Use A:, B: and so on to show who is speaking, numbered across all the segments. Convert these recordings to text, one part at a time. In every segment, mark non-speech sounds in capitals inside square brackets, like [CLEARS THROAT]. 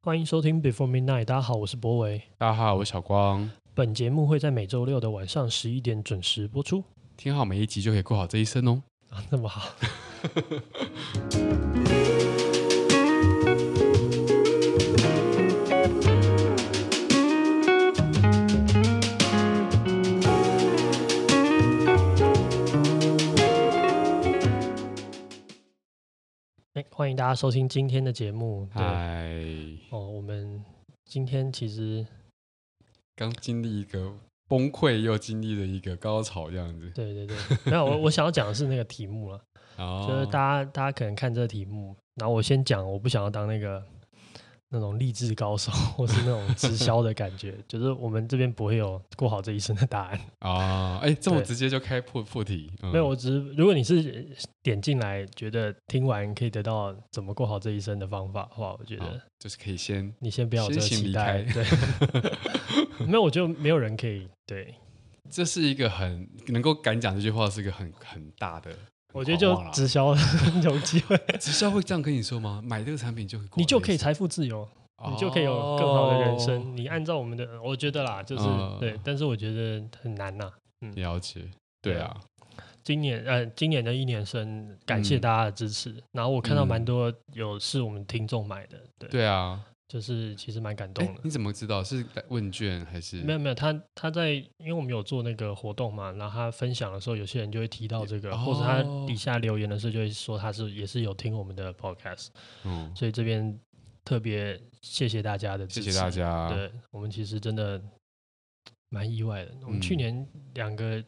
A: 欢迎收听 Before Midnight，大家好，我是博维。
B: 大家好，我是小光。
A: 本节目会在每周六的晚上十一点准时播出。
B: 听好每一集就可以过好这一生哦。
A: 啊，那么好，哎，欢迎大家收听今天的节目。对，
B: 嗨，
A: 哦，我们今天其实
B: 刚经历一个崩溃，又经历了一个高潮，这样子。
A: 对对对，没有我我想要讲的是那个题目了，
B: 哦
A: 就是大家大家可能看这个题目，然后我先讲，我不想要当那个那种励志高手或是那种直销的感觉，就是我们这边不会有过好这一生的答案。
B: 啊，哎、这么
A: 对
B: 直接就开破破题？嗯
A: 没有，我只是如果你是点进来觉得听完可以得到怎么过好这一生的方法的话，我觉
B: 好
A: 得
B: 就是可以先
A: 你先不要有这个
B: 先
A: 期
B: 行离
A: 待。对，没有，我觉得没有人可以对。
B: 这是一个很能够敢讲这句话，是一个很很大的。
A: 我觉得
B: 狂
A: 就
B: 妄啦
A: 直销 [LAUGHS] 的那种机会，
B: 直销会这样跟你说吗？买这个产品就可以过好
A: 你就
B: 这
A: 可
B: 一
A: 以
B: 生，
A: 财富自由。你就可以有更好的人生。
B: 哦。
A: 你按照我们的，我觉得啦，就是、
B: 嗯
A: 对，但是我觉得很难呐、
B: 了解，对啊，
A: 今年呃，今年的一年生，感谢
B: 嗯
A: 大家的支持。然后我看到
B: 嗯
A: 蛮多有是我们听众买的，对，
B: 对啊。
A: 就是其实蛮感动
B: 哎，
A: 的。
B: 你怎么知道是问卷还是
A: 没有没有，他他在，因为我们有做那个活动嘛，然后他分享的时候，有些人就会提到这个，
B: 哦
A: 或者他底下留言的时候，就会说他是也是有听我们的 podcast，
B: 嗯，
A: 所以这边特别谢谢大家的
B: 谢
A: 支持，
B: 谢大家。
A: 对我们其实真的蛮意外的。我们去
B: 嗯
A: 年两个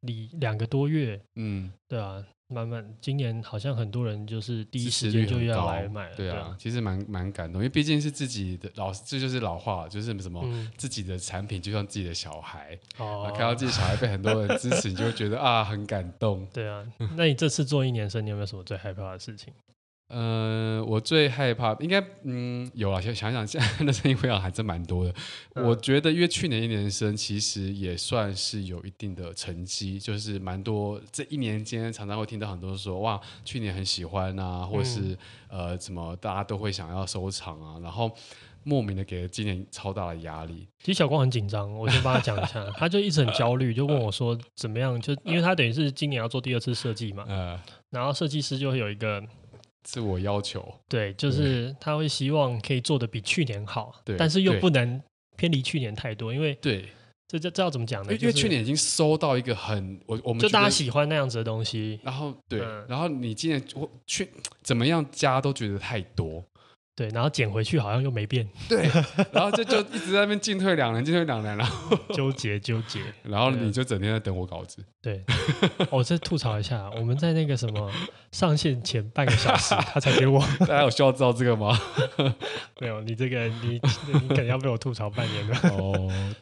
A: 里两个多月，
B: 嗯，
A: 对啊，慢慢今年好像很多人就是第一
B: 支
A: 时
B: 持
A: 间
B: 率
A: 就
B: 很
A: 要
B: 高
A: 来买了，
B: 对啊，，其实蛮蛮感动，因为毕竟是自己的老，这就是老话，就是什么、
A: 嗯，
B: 自己的产品就像自己的小孩，
A: 哦
B: 啊，看到自己小孩被很多人支持，你就会觉得啊很感动。
A: 对
B: [LAUGHS]
A: 啊，那你这次做一年生，你有没有什么最害怕的事情？
B: 呃，我最害怕应该嗯有啊，想想想现在的生意回啊响还真蛮多的。
A: 嗯
B: 我觉得因为去年一年生其实也算是有一定的成绩，就是蛮多这一年间常常会听到很多说哇去年很喜欢啊，或是、
A: 嗯
B: 呃怎么大家都会想要收藏啊，然后莫名的给了今年超大的压力。
A: 其实小光很紧张，我先帮他讲一下，他就一直很焦虑，就问我说怎么样？就因为他等于是今年要做第二次设计嘛，
B: 呃，
A: 然后设计师就会有一个
B: 自我要求，
A: 对，就是他会希望可以做的比去年好，
B: 嗯对
A: 但是又
B: 对
A: 不能偏离去年太多，因为
B: 对，
A: 这这这要怎么讲
B: 因
A: 呢？
B: 为因为去年已经收到一个很我我们
A: 就是就
B: 觉
A: 大家
B: 得
A: 喜欢那样子的东西，
B: 然后对，
A: 嗯
B: 然后你今年我去怎么样加都觉得太
A: [LAUGHS]
B: 多，
A: 对，然后捡回去好像又没变，
B: 对，然后这就一直在那边进退两难，进退两难，
A: [LAUGHS]
B: 然后
A: 纠结纠结。
B: 然后
A: 对啊
B: 你就整天在等我稿子， [LAUGHS]
A: 对，哦我、再吐槽一下，我们在那个什么上线前半个小时，他才给我
B: 大家有需要知道这个
A: [LAUGHS]
B: 吗？
A: 没有你这个你你可能要被我吐槽半年的。
B: 哦，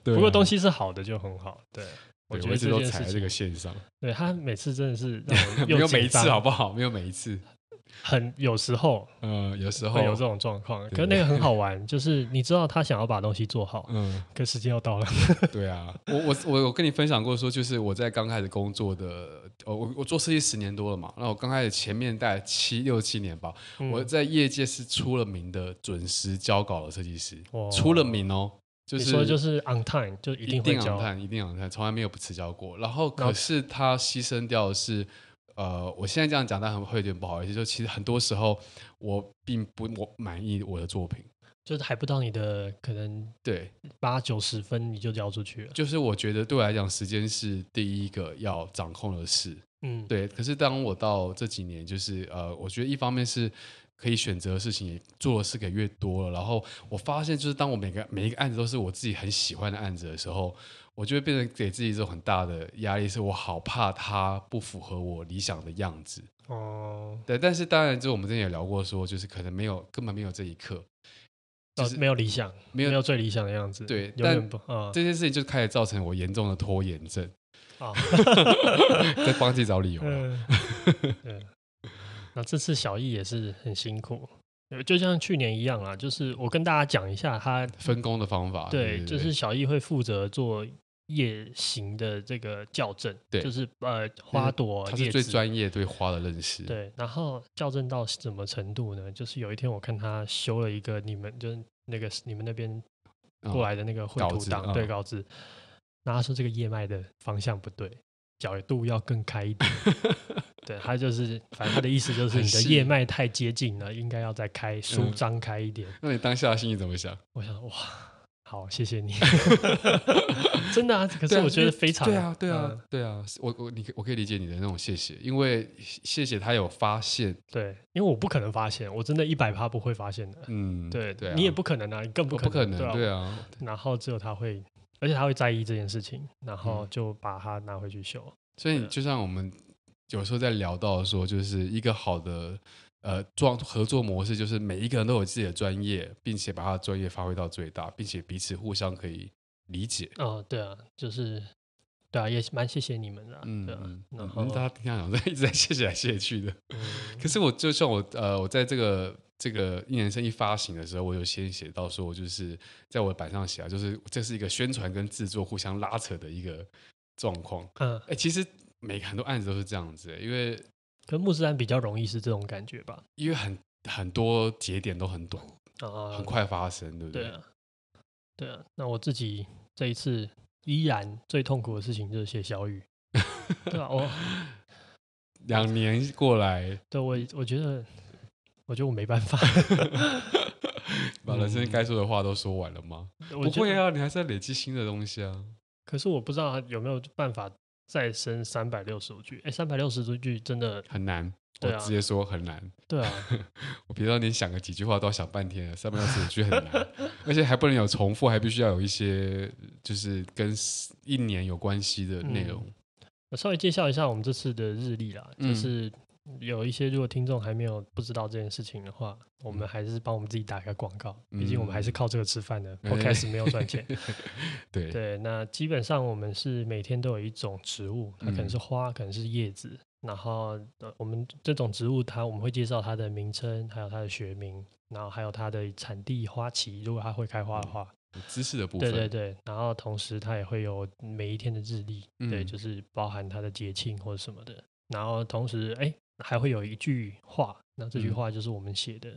B: 对啊、
A: 不过东
B: 西
A: 西是好的就很好，对。我
B: 我
A: 觉得
B: 一直
A: 这
B: 都
A: 件事
B: 踩在这
A: 情，
B: 个线上，
A: 对他每次真的是让我
B: [LAUGHS] 没有
A: 又
B: 每一
A: 紧
B: 次
A: 张，
B: 好不好？没有每一次，
A: 很有时候
B: 呃，有时候
A: 会有这种状况，可
B: 对
A: 是那个很好玩，就是你知道他想要把东西做好，
B: 嗯，
A: 可时间要到了，
B: 对啊，我我我有跟你分享过说，就是我在刚开始工作的，呃我我做设计十年多了嘛，那我刚开始前面大概七六七年吧，
A: 嗯
B: [LAUGHS] 我在业界是出了名的准时交稿的设计师，
A: 哦
B: 出了名哦，就
A: 你
B: 是
A: 说就是 on time 就一
B: 一
A: 定会
B: 定昂
A: 交，
B: 探，一定昂探，从来没有不迟交过。然后
A: 然后
B: 可是他牺牲掉的是，呃，我现在这样讲，但很会有点不好意思，就其实很多时候我并不我满意我的作品，
A: 就是还不到你的可能
B: 对，
A: 八九十分你就交出去了。
B: 就是我觉得对我来讲，时间是第一个要掌控的事。
A: 嗯，
B: 对，可是当我到这几年，就是呃，我觉得一方面是可以选择的事情也做的事给越多了，然后我发现就是当我每个每一个案子都是我自己很喜欢的案子的时候，我就会变成给自己一种很大的压力，是我好怕它不符合我理想的样子。
A: 哦，
B: 对，但是当然，就是我们之前也聊过说，就是可能没有根本没有这一刻，就
A: 哦
B: 是
A: 没有理想，
B: 没
A: 没
B: 有
A: 有最理想的样子。
B: 对
A: 永
B: 但
A: 远不啊
B: 这件事情就开始造成我严重的拖延症， [LAUGHS]
A: 啊，
B: 在帮自己找理由了。
A: [LAUGHS]
B: [LAUGHS]
A: 嗯，对。那这次小易也是很辛苦，呃就像去年一样啊，就是我跟大家讲一下他，
B: 分工的方法，
A: 对，就是小易会负责做夜行的这个校正，
B: 对
A: 就是呃花朵、
B: 他
A: 叶
B: 是最
A: 子，
B: 专业对花的认识。
A: 对，然后校正到什么程度呢？就是有一天我看他修了一个你们就是那个你们那边
B: 嗯 [LAUGHS]
A: 过来的那个绘
B: 稿
A: 图
B: 子
A: 档，
B: 嗯
A: 对稿子，然后他说这个叶脉的方向不对，角度要更开一点。对他就是，反正他的意思就是
B: 很
A: 你的
B: 细
A: 叶脉太接近了，应该要再开舒
B: 嗯
A: 张开一点。
B: 那你当下的心里怎么想？
A: 我想哇，好，谢
B: [LAUGHS]
A: 谢你，真的啊。可
B: 对
A: 是
B: 啊
A: 我觉
B: 因
A: 得
B: 为
A: 非常
B: 对啊，对啊，
A: 呃
B: 对啊，我我你可我可以理解你的那种谢谢，因为谢谢他有发现，
A: 对，因为我不可能发现，我真的一百趴不会发现的。
B: 嗯，
A: 对
B: 对啊，
A: 你也不可能啊，你更不
B: 我
A: 可能，
B: 不可能，
A: 对啊
B: 对啊，
A: 然后只有他会，而且他会在意这件事情，然后
B: 嗯
A: 就把它拿回去修。
B: 所
A: 啊
B: 以就像我们有时候在聊到说，就是一个好的呃状合作模式，就是每一个人都有自己的专业，并且把他的专业发挥到最大，并且彼此互相可以理解。
A: 哦，对啊，就是，对啊，也蛮谢谢你们的啊、
B: 嗯
A: 对啊
B: 嗯，，
A: 然
B: 嗯
A: 后，
B: 大家听他讲， [LAUGHS] 一直在谢谢来谢去的。
A: 嗯
B: 可是我就像我呃，我在这个这个一年生一发行的时候，我有先写到说，就是在我的板上写啊，就是这是一个宣传跟制作互相拉扯的一个状况。 [LAUGHS]
A: 嗯，
B: 哎、其实每个很多案子都是这样子、因为
A: 可穆斯丹比较容易是这种感觉吧？
B: 因为很很多节点都很短，
A: 啊，
B: 很快发生，对不
A: 对
B: 对？
A: 啊，对啊。那我自己这一次依然最痛苦的事情就是写小雨，对啊，我
B: 两年过来，
A: 对我我觉得，我觉得我没办
B: [LAUGHS]
A: 法，
B: 把人生该说的话都说完了吗？
A: 嗯我
B: 不
A: 觉
B: 会
A: 得。
B: 啊，你还是要累积新的东西啊。
A: 可是我不知道有没有办法再生三百六十五句，哎，三百六十五句真的
B: 很难。我
A: 对啊
B: 直接说很难，
A: 对啊，
B: [LAUGHS] 我平常连想个几句话都要想半天了，三百六十五句很难，而且还不能有重复，还必须要有一些就是跟一年有关系
A: 嗯
B: 的内容。
A: 我稍微介绍一下我们这次的日历啦，就
B: 嗯
A: 是有一些如果听众还没有不知道这件事情的话，我
B: 嗯
A: 们还是帮我们自己打个广告，毕竟我们还是靠这个吃饭的、
B: 哎
A: p o d c a s t 没有赚钱。
B: 对，
A: 对，那基本上我们是每天都有一种植物，它
B: 嗯
A: 可能是花，可能是叶子。然后呃我们这种植物它，我们会介绍它的名称，还有它的学名，然后还有它的产地花期，如果它会开花的
B: 嗯
A: 话。
B: 知识的部分，
A: 对对对，然后同时它也会有每一天的日历，对，
B: 嗯
A: 就是包含它的节庆或者什么的。然后同时，哎，还会有一句话，那这句
B: 嗯
A: 话就是我们写的。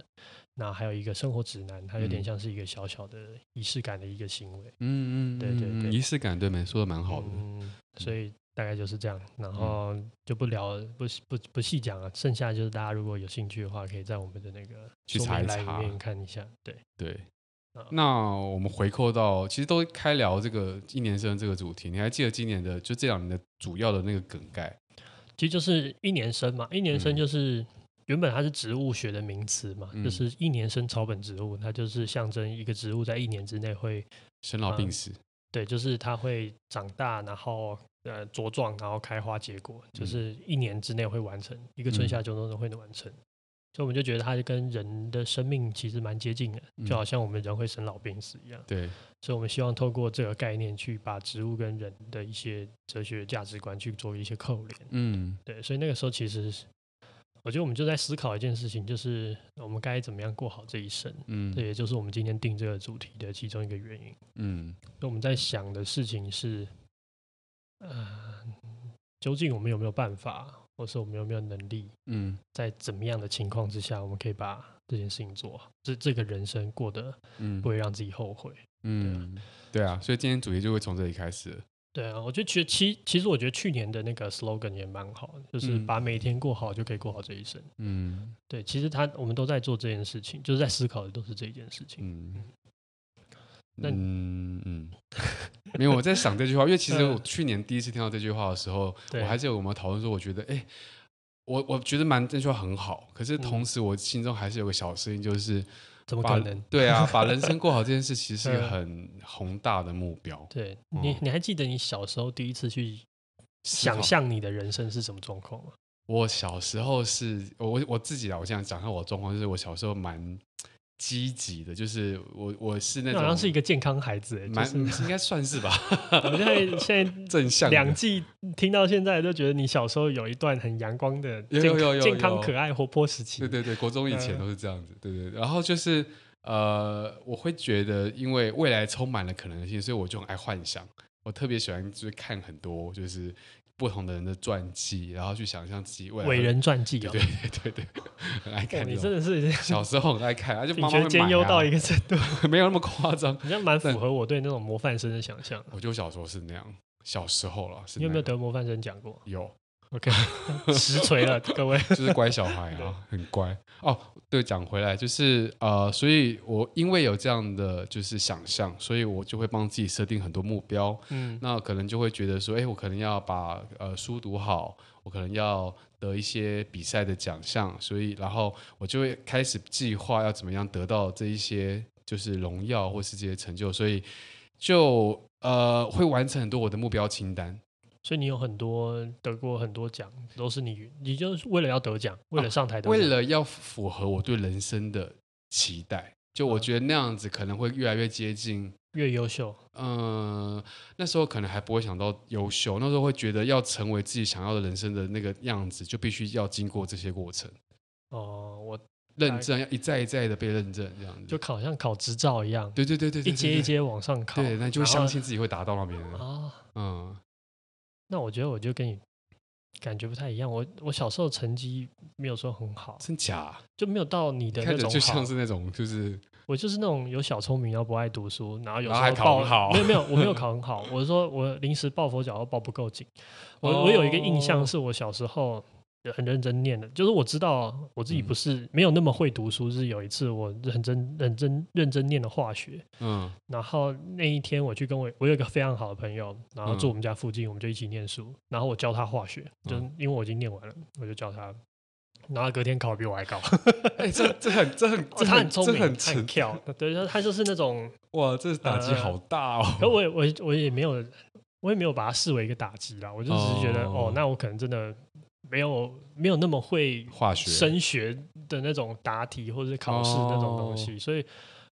A: 那还有一个生活指南，它有点
B: 嗯
A: 像是一个小小的仪式感的一个行为。
B: 嗯嗯，
A: 对对
B: 嗯
A: 对
B: 仪式感对没说的蛮好的，嗯
A: 嗯，所以大概就是这样。然后就不聊不不不细讲了，剩下就是大家如果有兴趣的话，可以在我们的那个
B: 去
A: 说
B: 查
A: 明
B: 一
A: 栏
B: 查
A: 里面看一下。对，
B: 对
A: 啊。
B: 那我们回扣到，其实都开聊这个一年生这个主题，你还记得今年的就这两年的主要的那个梗概？
A: 其实就是一年生嘛，一年生
B: 嗯
A: 就是、原本它是植物学的名词嘛，
B: 嗯
A: 就是一年生草本植物，它就是象征一个植物在一年之内会，
B: 生老
A: 嗯
B: 病死，
A: 对，就是它会长大，然后呃茁壮，然后开花结果，就是一年之内会完成，一个春夏
B: 嗯
A: 秋冬都会完成。所以我们就觉得它跟人的生命其实蛮接近的，就
B: 嗯
A: 好像我们人会生老病死一样。
B: 对，
A: 所以我们希望透过这个概念去把植物跟人的一些哲学价值观去做一些扣连。
B: 嗯
A: 对，所以那个时候其实是，我觉得我们就在思考一件事情，就是我们该怎么样过好这一生。
B: 嗯
A: 这也就是我们今天定这个主题的其中一个原因。
B: 嗯
A: 所以我们在想的事情是，呃，究竟我们有没有办法，或是我们有没有能力，
B: 嗯
A: 在怎么样的情况之下，我们可以把这件事情做好，这这个人生过得
B: 嗯
A: 不会让自己后悔。
B: 嗯，对啊，所以今天主题就会从这里开始了。
A: 对啊，我觉得其实其其实我觉得去年的那个 slogan 也蛮好的，就是
B: 嗯
A: 把每一天过好就可以过好这一生。
B: 嗯
A: 对，其实他我们都在做这件事情，就是在思考的都是这一件事情。
B: 嗯，
A: 那
B: 嗯
A: [LAUGHS]
B: 嗯，没有我在想这句话，因为其实
A: 嗯
B: 我去年第一次听到这句话的时候，
A: 对
B: 我还记得我们讨论说，我觉得哎。我我觉得蛮这句话很好，可是同时我心中还是有个小声音，就是
A: 嗯怎么
B: 把
A: 可能？[LAUGHS]
B: 对啊，把人生过好这件事其实是一
A: 嗯
B: 个很宏大的目标。
A: 对你
B: 嗯，
A: 你还记得你小时候第一次去
B: 思考
A: 想象你的人生是什么状况吗？
B: 我小时候是我我自己啊，我想讲一下我的状况，就是我小时候蛮积极的，就是我我是那
A: 你
B: 种
A: 好像是一个健康孩子、欸，就
B: 蛮
A: 是 [LAUGHS]
B: 应该算是吧，
A: 我现在
B: [LAUGHS]
A: 现
B: 正
A: 在
B: 向的
A: 两季听到现在都觉得你小时候有一段很阳光的
B: 有
A: 健
B: 有有有
A: 健康
B: 有
A: 可爱活泼时期。
B: 对对对，国中以前
A: 嗯
B: 都是这样子，对对。对然后就是呃，我会觉得因为未来充满了可能性，所以我就很爱幻想。我我特别喜欢就是看很多就是不同的人的传记，然后去想象自己未来会
A: 伟人传记
B: 对
A: 哦
B: 对，对对对，很爱
A: 哇
B: 看
A: 你
B: 这
A: 真
B: 种。
A: 的是
B: 小时候很爱看，而且
A: 品
B: 妈妈
A: 学
B: 会
A: 兼
B: 买
A: 优到
B: 啊
A: 一个程度，
B: [LAUGHS]
A: [LAUGHS]
B: 没有那么夸张。
A: 好像蛮符合我对那种模范生的想象。
B: 我就小时候是那样，小时候了。是
A: 你有没
B: 那
A: 有
B: 样
A: 得模范生奖过
B: 有，
A: ？OK，实 [LAUGHS] 锤
B: [LAUGHS]
A: 了各位。
B: 就是乖小孩啊，很乖哦。对，讲回来就是呃，所以我因为有这样的就是想象，所以我就会帮自己设定很多目标。
A: 嗯，
B: 那可能就会觉得说，哎，我可能要把呃书读好，我可能要得一些比赛的奖项，所以然后我就会开始计划要怎么样得到这一些就是荣耀或是这些成就，所以就呃会完成很多我的目标清单。
A: 所以你有很多得过很多奖，都是你，你就是为了要得奖，为了上台得
B: 啊为
A: 奖。
B: 了要符合我对人生的期待，就我觉得那样子可能会越来越接近。
A: 越优秀，
B: 嗯，那时候可能还不会想到优秀，那时候会觉得要成为自己想要的人生的那个样子，就必须要经过这些过程，
A: 哦，我
B: 认证要一再一再的被认证，这样子。
A: 就考像考执照一样，
B: 对对对对，对
A: 一阶一，阶往上考。
B: 对对，对那你就会
A: 然后
B: 相信自己会达到那边。
A: 啊。
B: 嗯，
A: 那我觉得我就跟你感觉不太一样。我我小时候成绩没有说很好，
B: 真假？
A: 就没有到你的那
B: 看着
A: 种
B: 就
A: 好
B: 像。是那种，就是
A: 我就是那种有小聪明，然后不爱读书，然后有时
B: 然后还
A: 候
B: 考
A: 报
B: 很好
A: 没有没有，我
B: [LAUGHS]
A: 没有考很好。我是说我临时抱佛脚后抱不够紧。我、我有一个印象
B: 哦
A: 是我小时候很认真念的，就是我知道我自己
B: 嗯
A: 不是、没有那么会读书，是有一次我认真认真认真念的化学， [LAUGHS]
B: 嗯
A: 然后那一天我去跟我我有一个非常好的朋友，然后
B: 嗯
A: 住我们家附近，我们就一起念书。然后我教他化学，就是
B: 嗯
A: 因为我已经念完了，我就教他。然后隔天考得比我还高，哦
B: 哎，这这很这很 [LAUGHS] 这
A: 他很聪
B: 这
A: 明，
B: 很
A: 他很呃
B: 沉
A: 跳，对，他他就是那
B: [LAUGHS]
A: 种，
B: 哇，这打击好大
A: 可
B: 哦。
A: 我也我也我也没有，我也没有把它视为一个打击啦，我就只是觉得，
B: 哦
A: 哦，那我可能真的没有没有那么会
B: 化学
A: 升学的那种答题或者是考试那种东
B: 哦
A: 西，所以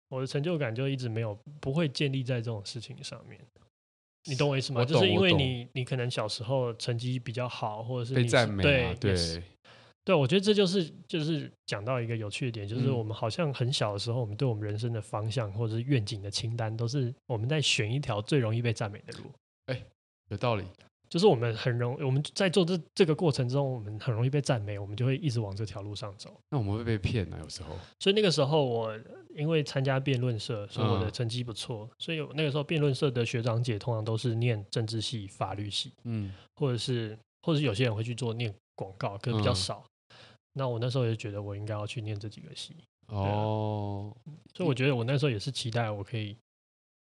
A: 我的成就感就一直没有不会建立在这种事情上面。你懂我意思吗？
B: 我
A: 就是
B: 懂
A: 因
B: 我
A: 为
B: 懂
A: 你你可能小时候成绩比较好，或者是
B: 被
A: 你是
B: 赞美啊，
A: 对你
B: 对，
A: 对，我觉得这就是就是讲到一个有趣的点，就是
B: 嗯
A: 我们好像很小的时候，我们对我们人生的方向或者是愿景的清单，都是我们在选一条最容易被赞美的路。
B: 有道理。
A: 就是我们很容，我们在做这这个过程中，我们很容易被赞美，我们就会一直往这条路上走。
B: 那我们会被骗啊，有时候。
A: 所以那个时候我因为参加辩论社，所以我的
B: 嗯
A: 成绩不错，所以我那个时候辩论社的学长姐通常都是念政治系、法律系，
B: 嗯，
A: 或者是或者是有些人会去做念广告，可是比较
B: 嗯
A: 少。那我那时候也觉得我应该要去念这几个系，
B: 哦，
A: 所以我觉得我那时候也是期待我可以，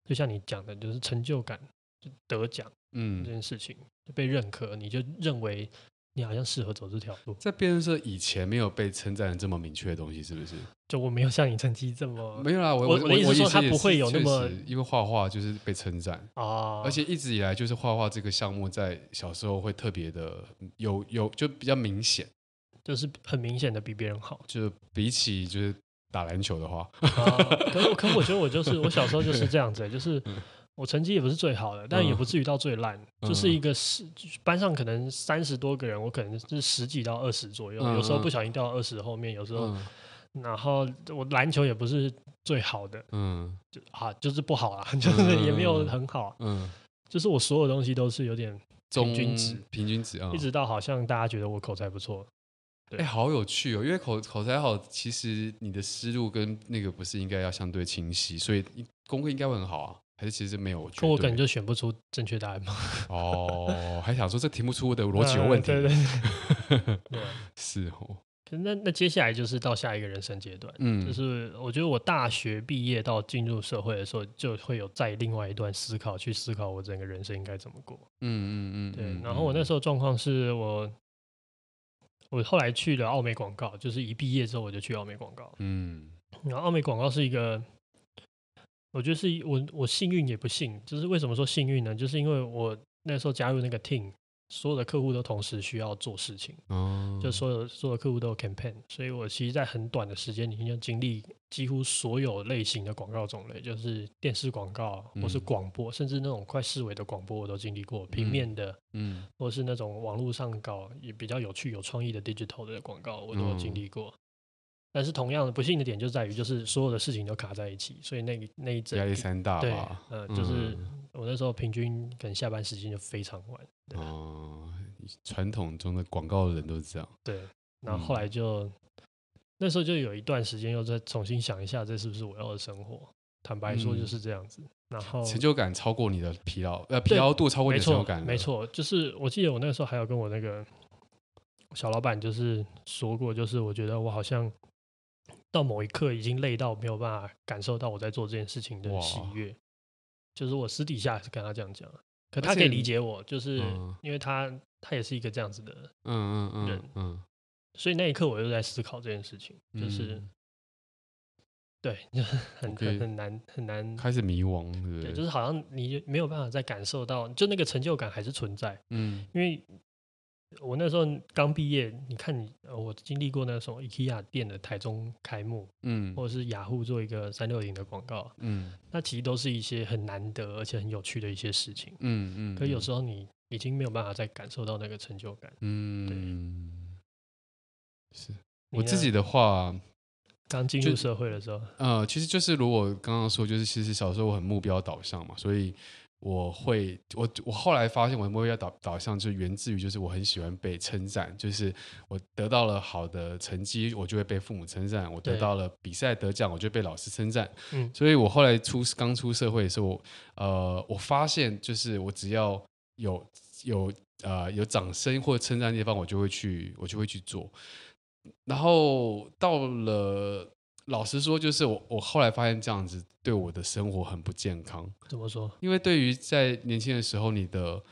A: 就像你讲的，就是成就感，就得奖这
B: 嗯，
A: 件事情就被认可，你就认为你好像适合走这条路。
B: 在辩论社以前没有被称赞的这么明确的东西，是不是？
A: 就我没有像你成绩这么
B: 没有啦，我
A: 我
B: 我
A: 我的意思
B: 以
A: 说它
B: 前也
A: 不
B: 是
A: 会有那
B: 确
A: 么
B: 实因为画画就是被称赞，
A: 啊，
B: 而且一直以来就是画画这个项目在小时候会特别的有有就比较明显，
A: 就是很明显的比别人好。
B: 就比起就是打篮球的话，
A: [LAUGHS] 啊，可是我可是我觉得我就是我小时候就是这样子、欸
B: [LAUGHS]
A: 就是
B: 嗯
A: 我成绩也不是最好的，但也不至于到最烂，就是一个十就是班上可能三十多个人，我可能是十几到二十左右，
B: 嗯
A: 有时候
B: 嗯
A: 不小心掉到二十后面，有时候、
B: 嗯
A: 然后我篮球也不是最好的，
B: 嗯
A: 就啊就是不好啦， [LAUGHS] 就是也没有很好，
B: 嗯，
A: 就是我所有东西都是有点，
B: 中
A: 均值
B: 平均值啊，
A: 一直到好像大家觉得我口才不错，
B: 哎、好有趣哦！因为口口才好，其实你的思路跟那个不是应该要相对清晰，所以一功课应该会很好啊。还是其实没有绝
A: 可
B: 对？
A: 我可能就选不出正确答案嘛，
B: 哦，还想说这题目出的逻辑有问题，
A: 嗯对对对。 [LAUGHS] 对
B: [LAUGHS]
A: 啊
B: 是哦，
A: 可是那那接下来就是到下一个人生阶段，
B: 嗯，
A: 就是我觉得我大学毕业到进入社会的时候，就会有在另外一段思考，去思考我整个人生应该怎么过。
B: 嗯嗯嗯，
A: 对，
B: 嗯
A: 然后我那时候状况是我，我后来去了奥美广告，就是一毕业之后我就去奥美广告。
B: 嗯
A: 然后奥美广告是一个，我觉得是一我我幸运也不幸，就是为什么说幸运呢？就是因为我那时候加入那个 team，所有的客户都同时需要做事情。
B: 哦，
A: 就所有所有客户都有 campaign，所以我其实，在很短的时间里面就经历几乎所有类型的广告种类，就是电视广告或是
B: 嗯
A: 广播，甚至那种快视维的广播我都经历过，平
B: 嗯
A: 面的
B: 嗯
A: 或是那种网络上搞也比较有趣、有创意的 digital 的广告我都有经
B: 嗯
A: 历过。但是同样的不幸的点就在于，就是所有的事情都卡在一起，所以那个那一整
B: 压力
A: 个
B: 山大
A: 对
B: 吧，，
A: 呃，就是
B: 嗯
A: 我那时候平均可能下班时间就非常晚，对
B: 哦，传统中的广告人都是这样。
A: 对，然后
B: 嗯
A: 后来就、那时候就有一段时间又再重新想一下，这是不是我要的生活？坦白说就
B: 嗯
A: 是这样子。然后
B: 成就感超过你的疲劳，呃，疲
A: 哦对
B: 劳度超过
A: 没
B: 你的成
A: 错
B: 就感，
A: 没。错，就是我记得我那个时候还有跟我那个小老板就是说过，就是我觉得我好像到某一刻已经累到没有办法感受到我在做这件事情的
B: 哇
A: 喜悦，就是我私底下是跟他这样讲，可
B: 而
A: 他可以
B: 且
A: 理
B: 你
A: 解我，就是
B: 嗯
A: 因为他他也是一个这样子的人，
B: 嗯嗯
A: 人
B: 嗯嗯，
A: 所以那一刻我又在思考这件事情，就是、
B: 嗯
A: 对，就是很
B: 可以
A: 很很难很难。
B: 开始迷惘，对不
A: 对，
B: 对？
A: 就是好像你没有办法再感受到，就那个成就感还是存在，
B: 嗯
A: 因为我那时候刚毕业，你看你呃我经历过那什么 IKEA 店的台中开幕，
B: 嗯
A: 或者是雅虎做一个三六零的广告，
B: 嗯
A: 那其实都是一些很难得而且很有趣的一些事情。
B: 嗯嗯，
A: 可有时
B: 候，
A: 候你已经没有办法再感受到那个成就感。
B: 嗯，是
A: 你
B: 我自
A: 呢
B: 己的话，
A: 刚进
B: 就
A: 入社会的时候，
B: 呃，其实就是如我刚刚说，就是其实小时候我很目标导向嘛，所以我会我我后来发现我的目标导导向就是源自于就是我很喜欢被称赞，就是我得到了好的成绩，我就会被父母称赞；我得
A: 对
B: 到了比赛得奖，我就被老师称赞。
A: 嗯
B: 所以我后来出刚出社会的时候，我呃，我发现就是我只要有有呃有掌声或称赞的地方，我就会去我就会去做。然后到了，老实说，就是我我后来发现这样子对我的生活很不健康，
A: 怎么说？
B: 因为对于在年轻的时候，你的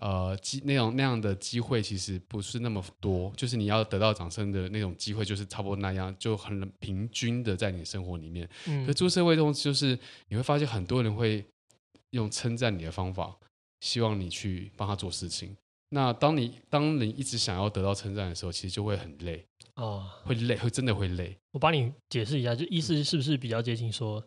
B: 呃机那种那样的机会其实不是那么多，就是你要得到掌声的那种机会，就是差不多那样，就很平均的在你的生活里面。
A: 嗯
B: 可出社会中，就是你会发现很多人会用称赞你的方法，希望你去帮他做事情。那当你当你一直想要得到称赞的时候，其实就会很累，
A: 哦，
B: 会累，会真的会累。
A: 我帮你解释一下，就意思是不是比较接近说，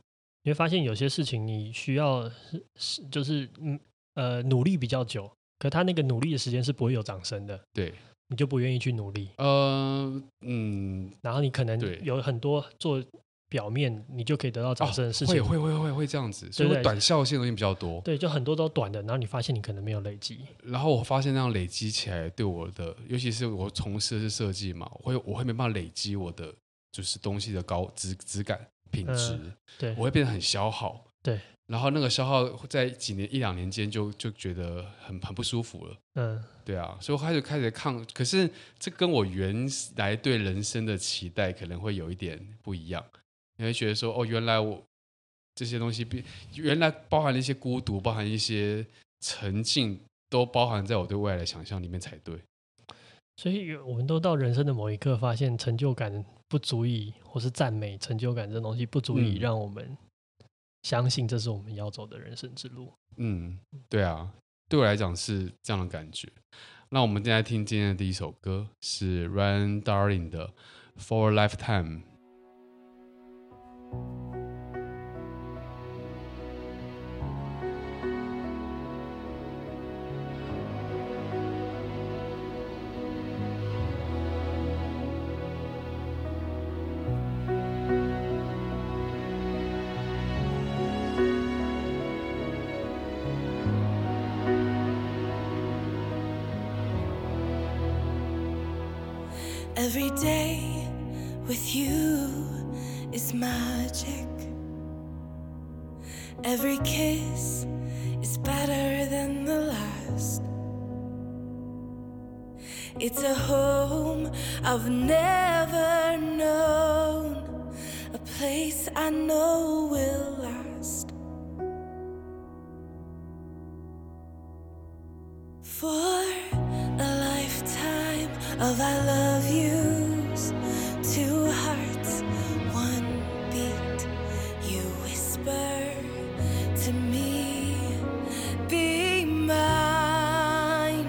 A: 你会发现有些事情你需要是是就是嗯呃努力比较久，可他那个努力的时间是不会有掌声的。
B: 对，
A: 你就不愿意去努力，
B: 呃，嗯，
A: 然后你可能
B: 对哦
A: 有很多做表面你就可以得到掌声的事情，
B: 会会会会会这样子，所以
A: 对
B: 我
A: 对
B: 短效性的东西比较多。
A: 对，就很多都短的，然后你发现你可能没有累积，
B: 然后我发现那样累积起来对我的，尤其是我从事的是设计嘛，我会我会没办法累积我的就是东西的高质质感品质，
A: 嗯对
B: 我会变得很消耗。
A: 对，
B: 然后那个消耗会在几年一两年间就就觉得很很不舒服了。
A: 嗯，
B: 对啊，所以我开始开始抗，可是这跟我原来对人生的期待可能会有一点不一样。你会觉得说，哦，原来我这些东西比原来包含了一些孤独，包含一些沉浸，都包含在我对未来的想象里面才对。
A: 所以我们都到人生的某一刻，发现成就感不足以，或是赞美成就感这东西不足以
B: 嗯
A: 让我们相信这是我们要走的人生之路。
B: 嗯，对啊，对我来讲是这样的感觉。那我们现在听今天的第一首歌是 Ryan Darling 的《For a Lifetime》。
C: Every day with you is magic. Every kiss is better than the last. It's a home I've never known, a place I know will last. For a lifetime of I love yous, two hearts, one beat. You whisper to me, be mine.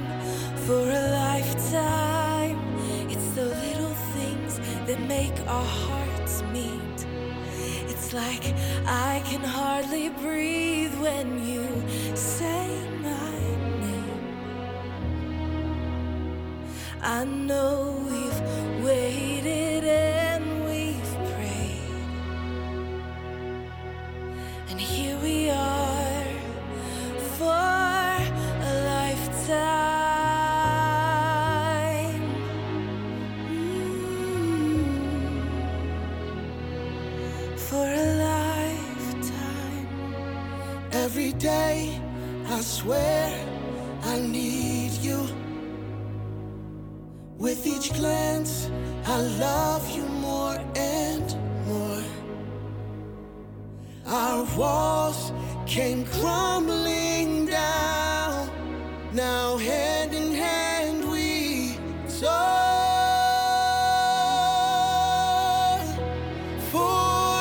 C: For a lifetime, it's the little things that make our hearts meet. It's like I can hardly breathe when you say my name. I know we've waited and we've prayed. And here we are
D: Mm. every day. I swear I need you. With each glance, I love you more and more. Our walls came crumbling down. Now, hand in hand, we soar for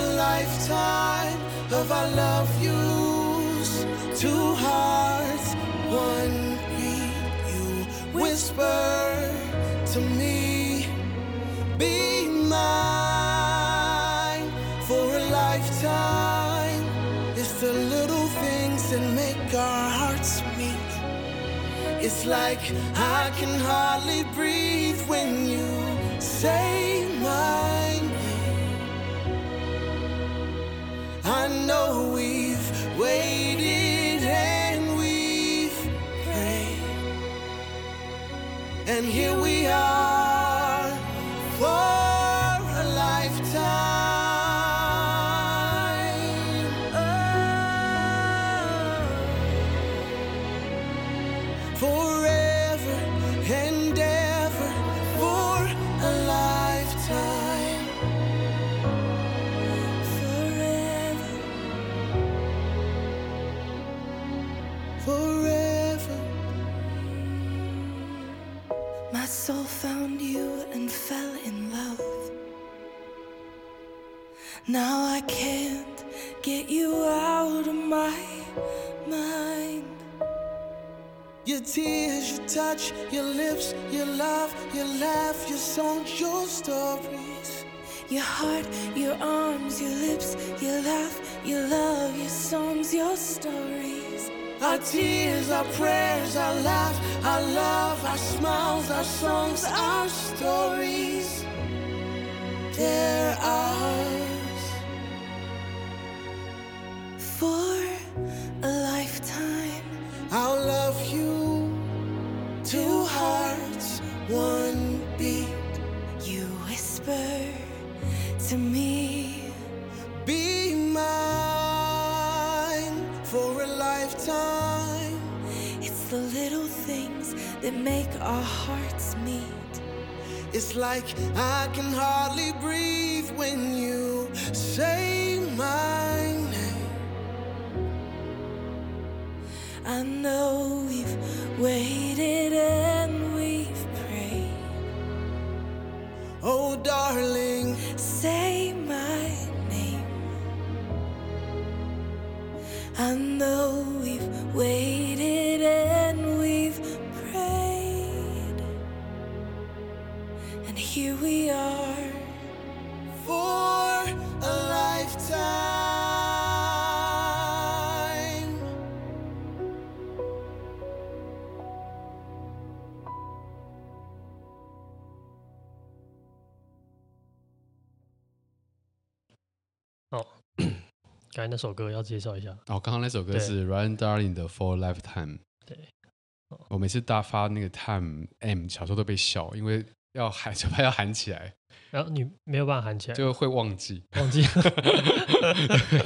D: a lifetime of I love yous. Two hearts, one beat. You whisper to me, be mine for a lifetime. It's the little things that make our hearts meet. It's like I can hardly breathe when you say my name. I know we've waited and we've prayed. And here we are for a lifetime. Oh. Forever and ever for a lifetime forever, forever.
C: My soul found you and fell in love. Now I can't get you out of my mind.
D: Your tears, your touch, your lips, your love, your laugh, your songs, your stories.
C: Your heart, your arms, your lips, your laugh, your love, your songs, your stories.
D: Our tears, our prayers, our laugh, our love, our smiles, our songs, our stories. They're ours.
C: For a lifetime,
D: I'll love you. Two hearts, one beat.
C: you whisper to me.
D: Be mine for a lifetime.
C: It's the little things that make our hearts meet.
D: It's like I can hardly breathe when you say my name.
C: I know we've waited and we've prayed.
D: Oh, darling,
C: Say my name. I know we've waited and we've prayed. And here we are.
D: for a lifetime.
B: [CLEARS THROAT]
A: 哦，刚才那首歌要介绍一下，
B: 哦，刚刚那首歌是 Ryan Darling 的《For a Lifetime》。
A: 对，哦
B: 我每次大发那个 time M，小时候都被笑，因为要喊， [LAUGHS] 小朋友要喊起来，
A: 然后啊你没有办法喊起来，
B: 就会忘记。
A: [LAUGHS] 忘记了。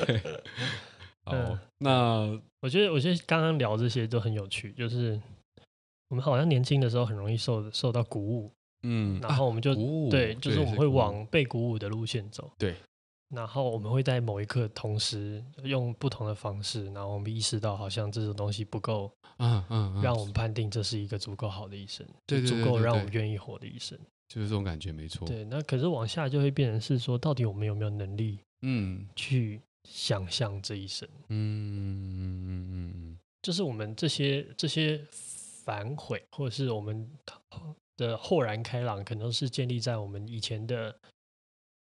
A: 嗯
B: [LAUGHS] 好，那
A: 我觉得，我觉得刚刚聊这些都很有趣，就是我们好像年轻的时候很容易受受到鼓舞，
B: 嗯，
A: 然后我们就、
B: 啊鼓舞
A: 对，就是我们会
B: 鼓舞
A: 往被鼓舞的路线走。
B: 对，
A: 然后我们会在某一刻同时用不同的方式，然后我们意识到好像这种东西不够
B: 嗯嗯，嗯
A: 让我们判定这是一个足够好的医生，
B: 对对
A: 足
B: 对
A: 够
B: 对哦
A: 让我
B: 对
A: 们愿意活的医生。
B: 就是这种感觉，没错。
A: 对，那可是往下就会变成是说，到底我们有没有能力
B: 嗯
A: 去想象这一生？
B: 嗯嗯嗯
A: 就是我们这些这些反悔，或者是我们的豁然开朗，可能是建立在我们以前的，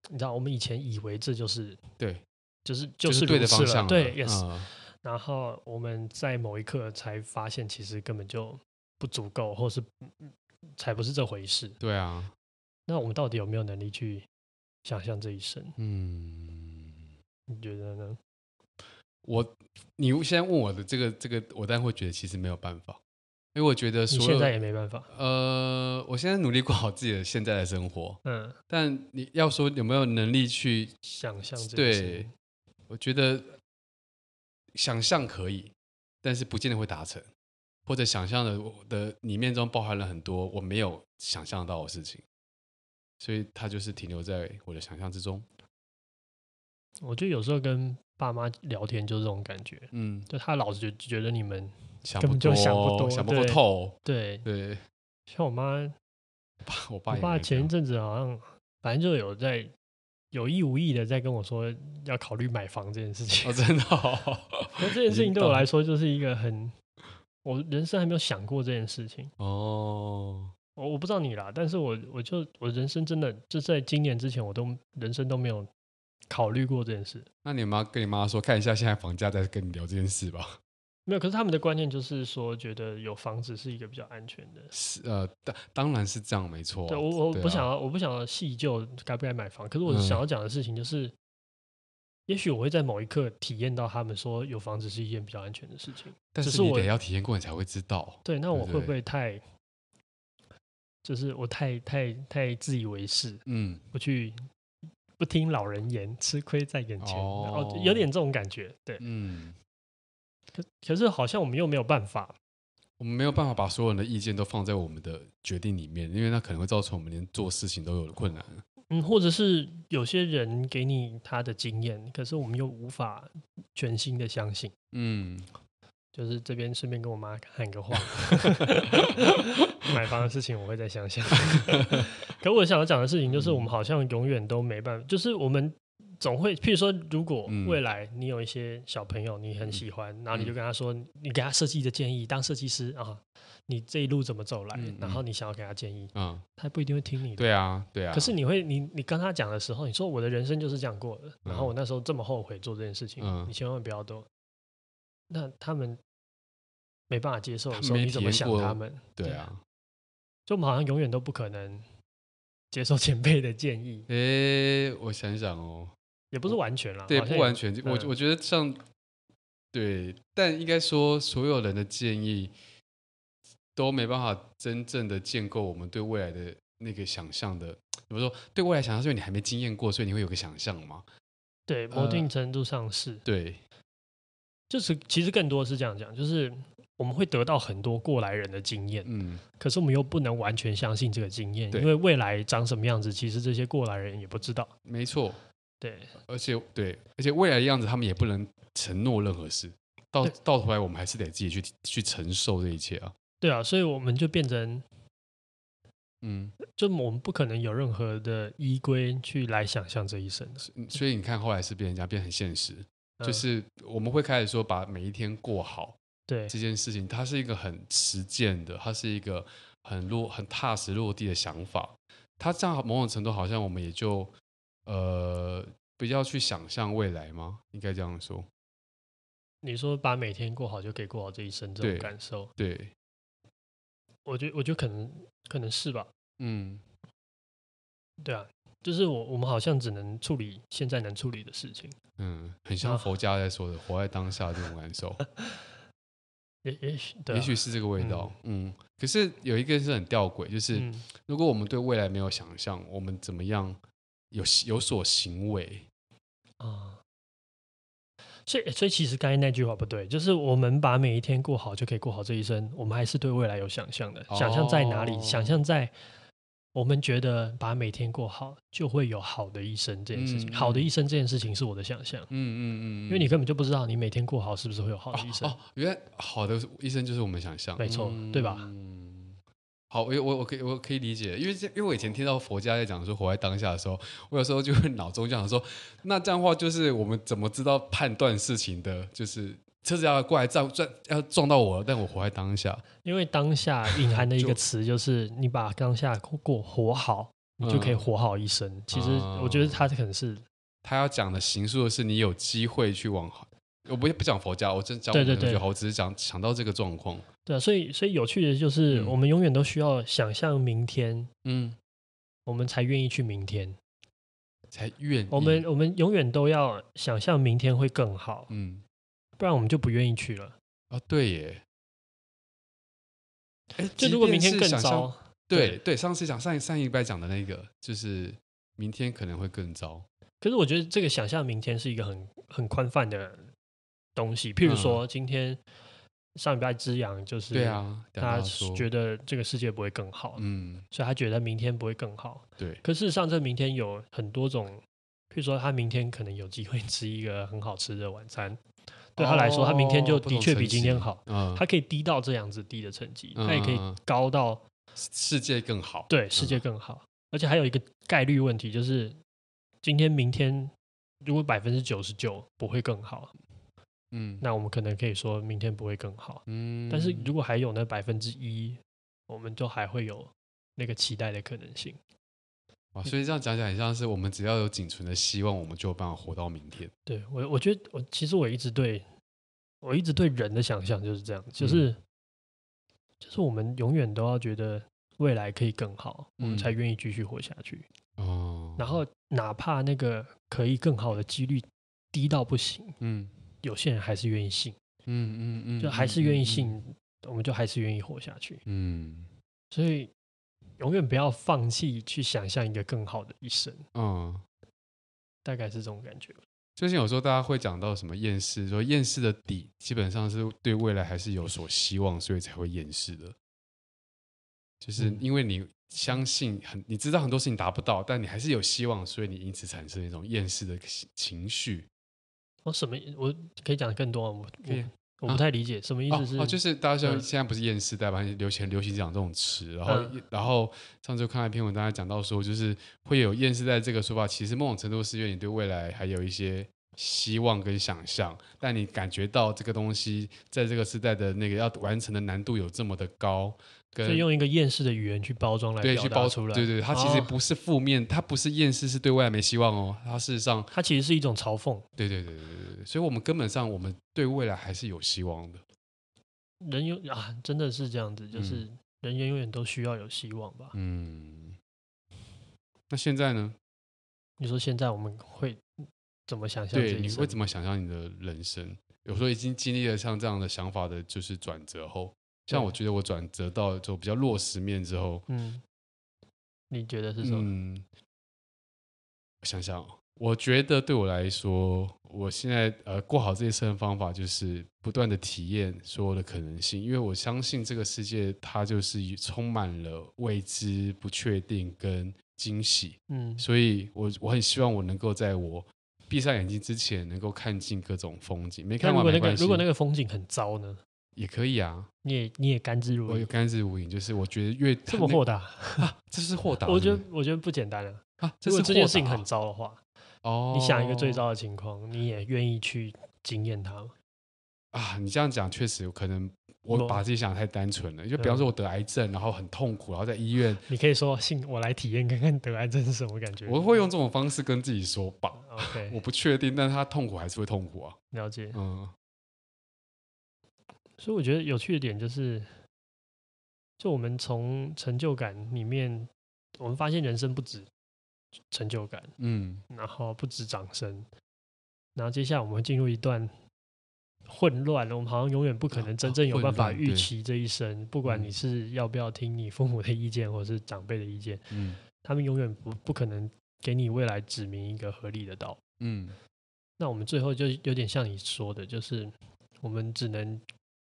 A: 你知道，我们以前以为这就是
B: 嗯，对，
A: 就是就
B: 就是对
A: 如
B: 的
A: 此
B: 方
A: 了
B: 向了，
A: 对，yes、
B: 嗯
A: 然后我们在某一刻才发现，其实根本就不足够，或是才不是这回事。
B: 对啊，
A: 那我们到底有没有能力去想象这一生？
B: 嗯。
A: 你觉得呢？
B: 我，你现在问我的这个这个，我当然会觉得其实没有办法，因为我觉得
A: 你
B: 呃所
A: 现
B: 有
A: 在也没办法。
B: 呃，我现在努力过好自己的现在的生活，
A: 嗯，
B: 但你要说有没有能力去，
A: 想象这一
B: 对
A: 生，
B: 我觉得想象可以，但是不见得会达成，或者想象的的里面中包含了很多我没有想象到的事情，所以它就是停留在我的想象之中。
A: 我觉得有时候跟爸妈聊天就是这种感觉，
B: 嗯，
A: 就他老是觉觉得你们
B: 想
A: 根
B: 不
A: 本就
B: 多，
A: 想不多
B: 想不
A: 对
B: 透。
A: 对，
B: 对， [LAUGHS]
A: 像我妈，
B: 爸我爸
A: 我
B: 也
A: 爸
B: 没
A: 前一
B: 看
A: 阵子好像反正就有在有意无意的在跟我说要考虑买房这件事情
B: 哦，，真的哦，
A: [LAUGHS] 可这件事
B: 已经
A: 情对我
B: 到
A: 来说就是一个很，我人生还没有想过这件事情。
B: 哦，
A: 我我不知道你啦，但是我我就我人生真的就在今年之前，我都人生都没有考虑过这件事。
B: 那你妈跟你妈说，看一下现在房价，再跟你聊这件事吧。
A: 没有，可是他们的观念就是说，觉得有房子是一个比较安全的。
B: 是呃，当当然是这样，没错啊。
A: 对我我
B: 对
A: 不
B: 啊
A: 想要我不想要细究该不该买房，可是我
B: 嗯
A: 想要讲的事情就是，也许我会在某一刻体验到他们说有房子是一件比较安全的事情。
B: 但
A: 只
B: 是
A: 是
B: 你
A: 我
B: 得要体验过，你才会知道。
A: 对，那我
B: 对
A: 会不会太，就是我太太太自以为是，
B: 嗯，
A: 不去不听老人言，吃亏在眼前，哦，
B: 哦
A: 有点这种感觉。对，
B: 嗯，
A: 可可是好像我们又没有办法。
B: 我们没有办法把所有人的意见都放在我们的决定里面，因为那可能会造成我们连做事情都有困难。
A: 嗯，或者是有些人给你他的经验，可是我们又无法全心的相信。
B: 嗯，
A: 就是这边顺便跟我妈喊个话，买房的事情我会再想想。 [LAUGHS] 可我想要讲的事情就是，
B: 嗯
A: 我们好像永远都没办法，就是我们总会，譬如说，如果
B: 嗯
A: 未来你有一些小朋友你很喜欢，然后你就跟他说，你给他设计的建议，当设计师啊，你这一路怎么走来，
B: 嗯
A: 然后你想要给他建议，
B: 嗯，
A: 他不一定会听你的。
B: 对啊，对啊。
A: 可是，你会，你你跟他讲的时候，你说我的人生就是这样过的，然后我那时候这么后悔做这件事情，
B: 嗯
A: 你千万不要做。那他们没办法接受的
B: 他
A: 时候，
B: 没
A: 你怎么
B: 体验
A: 想
B: 过
A: 他们？
B: 对啊，
A: 就我们好像永远都不可能接受前辈的建议，
B: 诶，我想想哦，
A: 也不是完全啦，
B: 对，
A: 好像
B: 不
A: 也
B: 完全，我
A: 嗯
B: 我觉得像对，但应该说所有人的建议都没办法真正的建构我们对未来的那个想象的。怎么说？对未来想象，是因为你还没经验过，所以你会有个想象嘛？
A: 对，
B: 呃
A: 某定程度上是，
B: 对，
A: 就是其实更多是这样讲，就是我们会得到很多过来人的经验，
B: 嗯，
A: 可是我们又不能完全相信这个经验，
B: 对
A: 因为未来长什么样子，其实这些过来人也不知道。
B: 没错。
A: 对，
B: 而且对，而且未来的样子，他们也不能承诺任何事。到
A: 对
B: 到头来，我们还是得自己去去承受这一切啊。
A: 对啊，所以我们就变成，
B: 嗯，
A: 就我们不可能有任何的依归去来想象这一生的，
B: 嗯所以你看，后来是被人家变很现实，就
A: 嗯
B: 是我们会开始说把每一天过好
A: 对
B: 这件事情，它是一个很实践的，它是一个很落很踏实落地的想法。它这样某种程度好像我们也就呃比较去想象未来吗？应该这样说。
A: 你说把每天过好就可以过好这一生这
B: 对
A: 种感受，
B: 对，
A: 我觉得我觉得可能可能是吧，
B: 嗯
A: 对啊，就是我我们好像只能处理现在能处理的事情，
B: 嗯，很
A: 啊
B: 像佛家在说的“活在当下”这种感 [LAUGHS] 受。
A: 也也许对啊、
B: 也许是这个味道，嗯可是有一个是很吊诡，就是、
A: 嗯
B: 如果我们对未来没有想象，我们怎么样有有所行为？
A: 啊。所以，所以其实刚才那句话不对，就是我们把每一天过好就可以过好这一生，我们还是对未来有想象的。想象在哪里？
B: 哦
A: 想象在我们觉得把每天过好就会有好的一生这件事情。
B: 嗯
A: 好的一生这件事情是我的想象，
B: 嗯嗯嗯，
A: 因为你根本就不知道你每天过好是不是会有好的
B: 哦
A: 一生。
B: 哦，原来好的医生就是我们想象，
A: 没错
B: 嗯
A: 对吧？
B: 好，我我我可以我可以理解，因为这因为我以前听到佛家在讲说活在当下的时候，我有时候就会脑中就想说，那这样的话就是我们怎么知道判断事情的？就是车子要过来撞撞要撞到我了，但我活在当下，
A: 因为当
B: [LAUGHS]
A: 下隐含的一
B: 就
A: 个词就是你把当下过过活好，你就可以
B: 嗯
A: 活好一生。其实我觉得它可能是
B: 他要讲的行述的是你有机会去往，我不不讲佛家，我真讲
A: 对
B: 我们
A: 对
B: 同学
A: 对
B: 好，我只是讲想到这个状况，
A: 对啊。所以，所以有趣的就是，
B: 嗯
A: 我们永远都需要想象明天。
B: 嗯，
A: 我们才愿意去明天。
B: 才愿意
A: 我们我们永远都要想象明天会更好，
B: 嗯
A: 不然我们就不愿意去了。
B: 啊对耶，哎，
A: 就
B: 即
A: 如果明天
B: 便是
A: 更
B: 想象
A: 糟，
B: 对对，上次讲上一上一礼拜讲的那个，就是明天可能会更糟，
A: 可是我觉得这个想象明天是一个很很宽泛的东西。譬如
B: 嗯
A: 说，今天上礼拜之阳就是
B: 对，啊，等
A: 他
B: 下说
A: 觉得这个世界不会更好，
B: 嗯，
A: 所以他觉得明天不会更好。
B: 对，
A: 可事实上，这明天有很多种，譬如说，他明天可能有机会吃一个很好吃的晚餐，对他来说，他明天就
B: 哦不同
A: 的确
B: 层
A: 比今天
B: 级
A: 好。
B: 嗯，
A: 他可以低到这样子低的成绩，
B: 嗯
A: 他也可以
B: 嗯嗯
A: 高到
B: 世界更好，
A: 对世界
B: 嗯
A: 更好。而且还有一个概率问题，就是今天、明天如果百分之九十九不会更好，
B: 嗯
A: 那我们可能可以说明天不会更好。
B: 嗯，
A: 但是如果还有那百分之一，我们就还会有那个期待的可能性。
B: 哇，所以这样讲起来，很像是我们只要有仅存的希望，我们就有办法活到明天。
A: 对我，我觉得我其实我一直对我一直对人的想象就是这样，
B: 嗯
A: 就是、就是我们永远都要觉得未来可以更好，我们
B: 嗯
A: 才愿意继续活下去。
B: 哦，
A: 然后哪怕那个可以更好的几率低到不行，
B: 嗯
A: 有些人还是愿意信，
B: 嗯嗯嗯，
A: 就还是愿意信，我们就还是愿意活下去。
B: 嗯。
A: 所以永远不要放弃去想象一个更好的一生，
B: 嗯嗯，
A: 大概是这种感觉。
B: 最近有时候大家会讲到什么厌世，说厌世的底基本上是对未来还是有所希望，所以才会厌世的。就是
A: 嗯
B: 因为你相信很，你知道很多事情达不到，但你还是有希望，所以你因此产生一种厌世的情情绪。
A: 我哦什么？我可以讲更多吗？我
B: 可以啊
A: 我我不太理解，什么意思是？
B: 哦哦，就是大家像
A: 嗯
B: 现在不是厌世代吧？流行流行讲这种词，然后、
A: 嗯
B: 然后上周看了一篇文章，大家讲到说，就是会有厌世代这个说法，其实某种程度是因为你对未来还有一些希望跟想象，但你感觉到这个东西在这个时代的那个要完成的难度有这么的高，
A: 所
B: 跟
A: 以用一个厌世的语言去包装来
B: 对
A: 表
B: 去
A: 达
B: 包
A: 出来。
B: 对对，它其实
A: 哦
B: 不是负面，它不是厌世，是对未来没希望哦，它事实上，
A: 它其实是一种嘲讽。
B: 对对对对对对，所以我们根本上我们对未来还是有希望的，
A: 人有啊，真的是这样子，就
B: 嗯
A: 是人永远都需要有希望吧。
B: 嗯，那现在呢？
A: 你说现在我们会怎么想象这
B: 对，
A: 一
B: 你
A: 生？
B: 会怎么想象你的人生？有时候已经经历了像这样的想法的，就是转折后，像
A: 对
B: 我觉得我转折到就比较落实面之后，
A: 嗯，你觉得是什么？
B: 嗯，我想想哦，我觉得对我来说，我现在呃过好这一生的方法就是不断的体验所有的可能性，因为我相信这个世界它就是一充满了未知、不确定跟惊喜。
A: 嗯
B: 所以我我很希望我能够在我闭上眼睛之前，能够看尽各种风景。没
A: 那
B: 看
A: 如
B: 完
A: 果
B: 没
A: 那个
B: 关系，
A: 如果那个风景很糟呢？
B: 也可以啊。
A: 你也你也甘之如
B: 我有
A: 饴，
B: 甘之无影，就是我觉得越
A: 这么
B: [LAUGHS] 那
A: 豁达，
B: 这是豁达是不
A: 我
B: 是，
A: 觉得我觉得不简单了。
B: 啊，这
A: 如
B: 是
A: 果这件
B: 豁
A: 事情
B: 达
A: 很糟的话，
B: 哦。
A: 你想一个最糟的情况，你也愿意去经验它吗？
B: 啊，你这样讲确实有可能。
A: 我
B: 我把自己想得太单纯了，就比方
A: 嗯
B: 说我得癌症，然后很痛苦，然后在医院，
A: 你可以说，信我来体验看看得癌症是什么感觉。
B: 我会用这种方式跟自己说吧，我
A: OK
B: 不确定，但他痛苦还是会痛苦啊，
A: 了解。
B: 嗯
A: 所以我觉得有趣的点就是，就我们从成就感里面，我们发现人生不止成就感，
B: 嗯
A: 然后不止掌声，然后接下来我们会进入一段混乱，我们好像永远不可
B: 啊
A: 能真正有
B: 混
A: 办法
B: 乱
A: 预
B: 对
A: 期这一生，不管
B: 嗯
A: 你是要不要听你父母的意见，或者是长辈的意见，
B: 嗯
A: 他们永远不不可能给你未来指明一个合理的道路。
B: 嗯
A: 那我们最后就有点像你说的，就是我们只能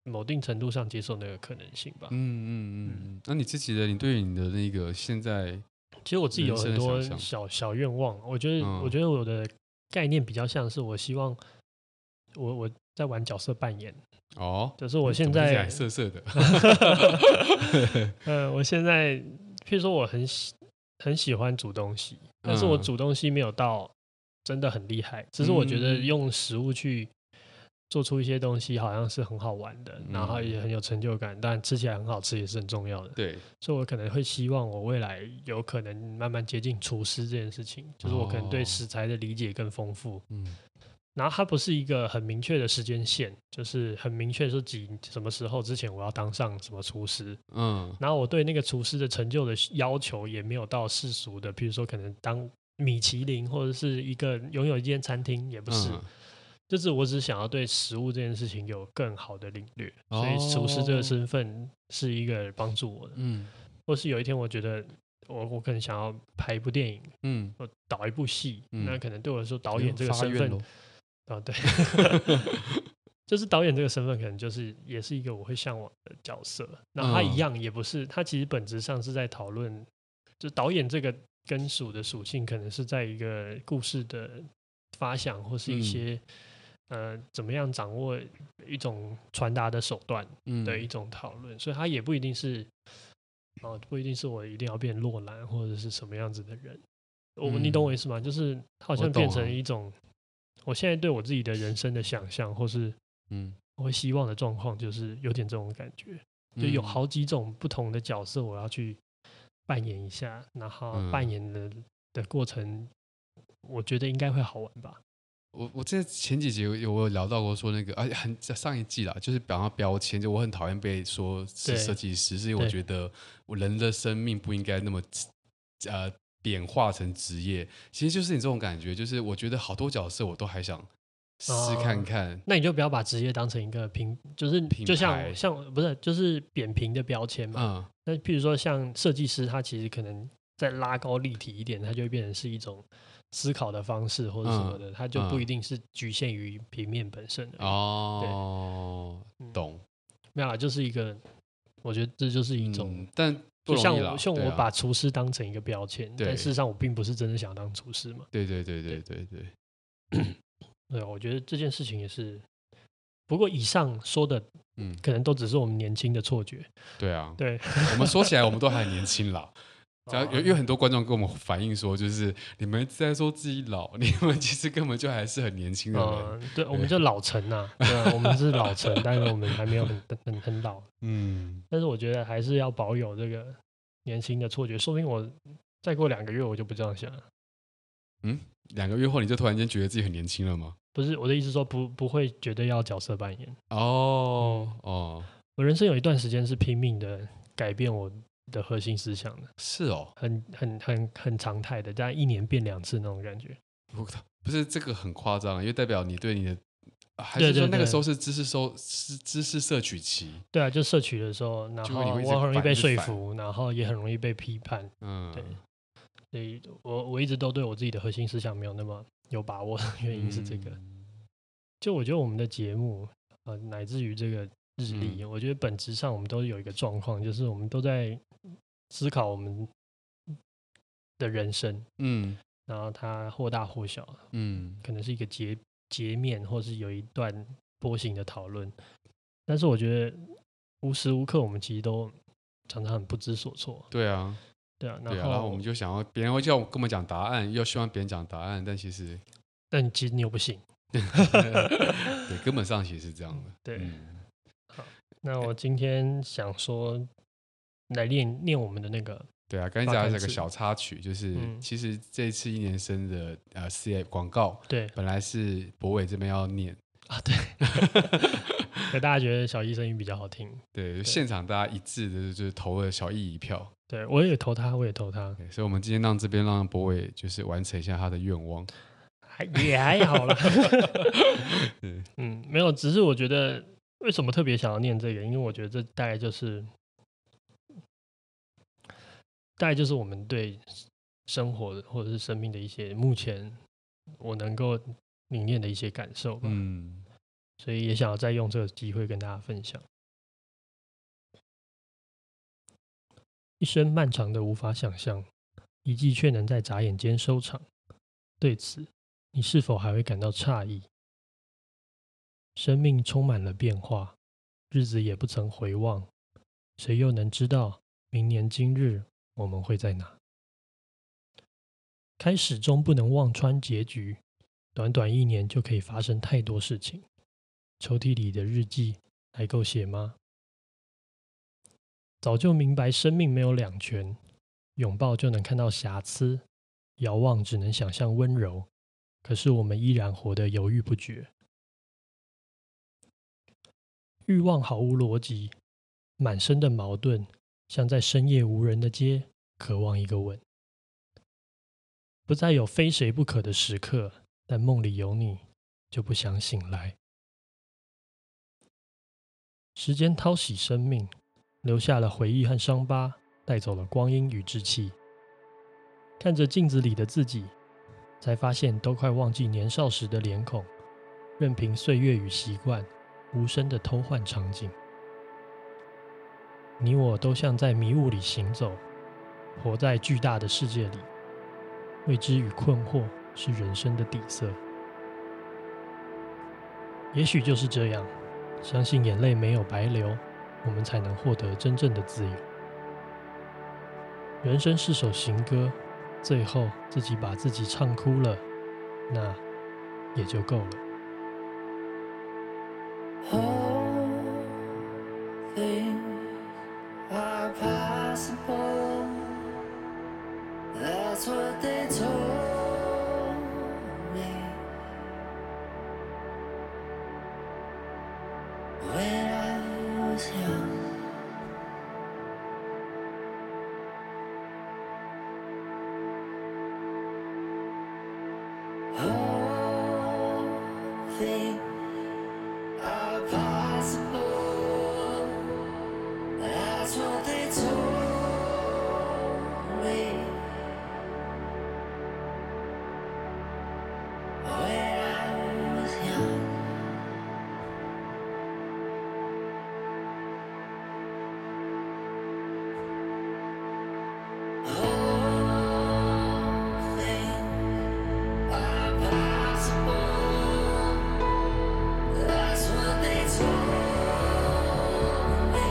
A: 某定程度上接受那个可能性吧。
B: 嗯嗯嗯嗯。那你自己的，你对你的那个现在
A: 其实我自己有
B: 人生
A: 很
B: 的
A: 多
B: 想象
A: 小小愿望，我觉得、
B: 嗯
A: 我觉得我的概念比较像是我希望我我在玩角色扮演，
B: 哦，
A: 就是我现
B: 怎么听起来
A: 在
B: 涩涩的，
A: [LAUGHS] 呃，我现在譬如说我很喜很喜欢煮东西，但是我
B: 嗯
A: 煮东西没有到真的很厉害，只是我觉得
B: 嗯
A: 用食物去做出一些东西好像是很好玩的，然后
B: 嗯
A: 也很有成就感，但吃起来很好吃也是很重要的。
B: 对，
A: 所以我可能会希望我未来有可能慢慢接近厨师这件事情，就是我可能对
B: 哦
A: 食材的理解更丰富。
B: 嗯
A: 然后它不是一个很明确的时间线，就是很明确说几什么时候之前我要当上什么厨师。
B: 嗯
A: 然后我对那个厨师的成就的要求也没有到世俗的，譬如说可能当米其林或者是一个拥有一间餐厅也不是，
B: 嗯
A: 就是我只想要对食物这件事情有更好的领略，所以厨师这个
B: 哦
A: 身份是一个帮助我的。
B: 嗯
A: 或是有一天我觉得我我可能想要拍一部电影，
B: 嗯，
A: 我导一部戏，
B: 嗯
A: 哦那可能对我来说导演这个 [LAUGHS]
B: 发
A: 身
B: 愿
A: 份
B: 咯
A: 啊、对，就是导演这个身份，可能就是也是一个我会向往的角色。那他一样也不是，他其实本质上是在讨论，就导演这个根属的属性，可能是在一个故事的发想或是一
B: 嗯
A: 些、呃怎么样掌握一种传达的手段
B: 嗯
A: 的一种讨论，所以他也不一定是哦、不一定是我一定要变洛兰或者是什么样子的人。我、你懂我意思吗？就是他好
B: 嗯我
A: 像变
B: 懂啊
A: 成一种，我现在对我自己的人生的想象，或是
B: 嗯，
A: 我会希望的状况就是有点这种感觉，就有
B: 嗯
A: 好几种不同的角色我要去扮演一下，然后
B: 嗯
A: 扮演的的过程，我觉得应该会好玩吧。
B: 我我之前前几集有有我有聊到过说那个，而且很在上一季啦，就是讲到标签，就我很讨厌被说是
A: 对
B: 设计师，是因为我
A: 对
B: 觉得我人的生命不应该那么呃贬化成职业。其实就是你这种感觉，就是我觉得好多角色我都还想试试
A: 啊
B: 看看。
A: 那你就不要把职业当成一个平，就是
B: 品
A: 就
B: 牌
A: 像像不是就是扁平的标签嘛。
B: 嗯，
A: 那譬如说像设计师，他其实可能再拉高立体一点，他就会变成是一种思考的方式或者什么的，他就不
B: 嗯
A: 一定是局限于平面本身而已。
B: 哦，
A: 嗯
B: 懂，
A: 没有啦，就是一个，我觉得这就是一种
B: 嗯，但不
A: 就像
B: 容易啦
A: 我像
B: 对
A: 我
B: 啊
A: 把厨师当成一个标签，
B: 对
A: 但事实上我并不是真的想当厨师嘛。
B: 对对对对对对，
A: 对，我觉得这件事情也是。不过以上说的
B: 嗯，
A: 可能都只是我们年轻的错觉。
B: 对啊，
A: 对，哦
B: 我们说起来我们都还年
A: [LAUGHS]
B: 轻啦。只要有有很多观众跟我们反映说，就是你们一直在说自己
A: [LAUGHS]
B: 老，你们其实根本就还是很年轻的人。
A: 嗯，对，我们就老成呐、对啊，我们是老
B: [LAUGHS]
A: 成，但是我们还没有很很很老。
B: 嗯，
A: 但是我觉得还是要保有这个年轻的错觉，说明我再过两个月我就不这样想了。
B: 两个月后你就突然间觉得自己很年轻了吗？
A: 不是我的意思说不不会觉得要角色扮演。
B: 哦哦，
A: 我人生有一段时间是拼命的改变我的核心思想的，
B: 是哦，
A: 很很很很常态的，但一年变两次那种感觉。
B: 我靠不是这个很夸张，因为代表你对你的。啊还
A: 对
B: 是
A: 对
B: 说那个
A: 对
B: 时候是知识收是知识摄取期，
A: 对啊，就摄取的时候，然
B: 就
A: 后
B: 会你会一直
A: 我很容易
B: 反
A: 被
B: 一直
A: 说
B: 反
A: 服，然后也很容易被批判，
B: 嗯，
A: 对所以我我一直都对我自己的核心思想没有那么有把握，原因是这个。
B: 嗯
A: 就我觉得我们的节目，呃，乃至于这个日历，
B: 嗯
A: 我觉得本质上我们都有一个状况，就是我们都在思考我们的人生，
B: 嗯
A: 然后它或大或小，
B: 嗯
A: 可能是一个截截面，或是有一段波形的讨论。但是我觉得无时无刻我们其实都常常很不知所措，
B: 对啊，
A: 对啊。
B: 对啊，然后我们就想要别人会叫我跟我们讲答案，又希望别人讲答案，但其实
A: 但其实你又不
B: [LAUGHS]
A: 信。
B: 对，根本上其实是这样的。
A: 对
B: 嗯
A: 那我今天想说来念念我们的那个
B: 对啊，刚才讲的这个小插曲，就是、
A: 嗯
B: 其实这一次一年生的呃 CF 广告，
A: 对
B: 本来是博伟这边要念，
A: 啊，对，可大家觉得小易声音比较好听。
B: 对，就现场大家一致的就是投了小易一票，
A: 对我也投他，我也投他，
B: 对所以我们今天让这边让博伟就是完成一下他的愿望。
A: 还也还好了。
B: [LAUGHS] 对，
A: 嗯，没有，只是我觉得为什么特别想要念这个，因为我觉得这大概就是，大概就是我们对生活的或者是生命的一些目前我能够凝练的一些感受吧。
B: 嗯，
A: 所以也想要再用这个机会跟大家分享。一生漫长的无法想象，一季却能在眨眼间收场。对此，你是否还会感到诧异？生命充满了变化，日子也不曾回望，谁又能知道明年今日我们会在哪？开始终不能望穿结局，短短一年就可以发生太多事情。抽屉里的日记还够写吗？早就明白生命没有两全，拥抱就能看到瑕疵，遥望只能想象温柔。可是我们依然活得犹豫不决。欲望毫无逻辑，满身的矛盾，像在深夜无人的街，渴望一个吻。不再有非谁不可的时刻，但梦里有你，就不想醒来。时间淘洗生命，留下了回忆和伤疤，带走了光阴与志气。看着镜子里的自己，才发现都快忘记年少时的脸孔，任凭岁月与习惯，无声的偷换场景。你我都像在迷雾里行走，活在巨大的世界里，未知与困惑是人生的底色。也许就是这样，相信眼泪没有白流，我们才能获得真正的自由。人生是首行歌，最后自己把自己唱哭了，那也就够了。
E: All things are possible. That's what they told me when I was young. All things are possible. That's what they told me when I was young. All things are possible. That's what they told me.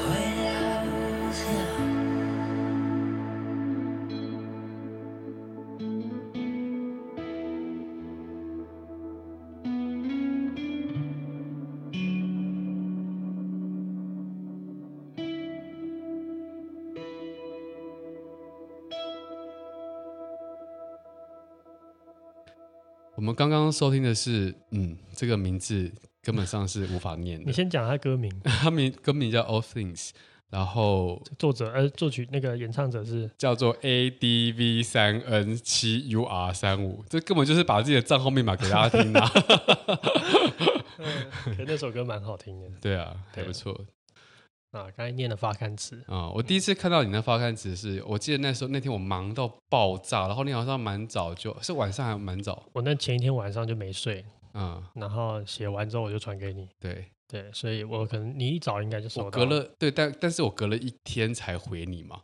E: When I was young.
B: 我们刚刚收听的是，嗯，这个名字根本上是无法念
A: 你
B: 的。
A: 先讲他歌名，
B: 他名歌名叫 All Things，然后
A: 作者呃作曲那个演唱者
B: [LAUGHS]
A: 是
B: 叫做 ADV 三 N 七 UR 三五，这根本就是把自己的账号密码给大家
A: [LAUGHS]
B: 听啊！
A: 可那首歌蛮好听的。
B: 对啊，还
A: 对啊
B: 不错
A: 啊，刚才念了发刊词，
B: 啊、我第一次看到你那发刊词是，我记得那时候那天我忙到爆炸，然后你好像蛮早就，是晚上还蛮早，
A: 我那前一天晚上就没睡，
B: 嗯，
A: 然后写完之后我就传给你。
B: 对
A: 对，所以我可能你一早应该就收
B: 我
A: 到。
B: 隔了对，但但是我隔了一天才回你嘛，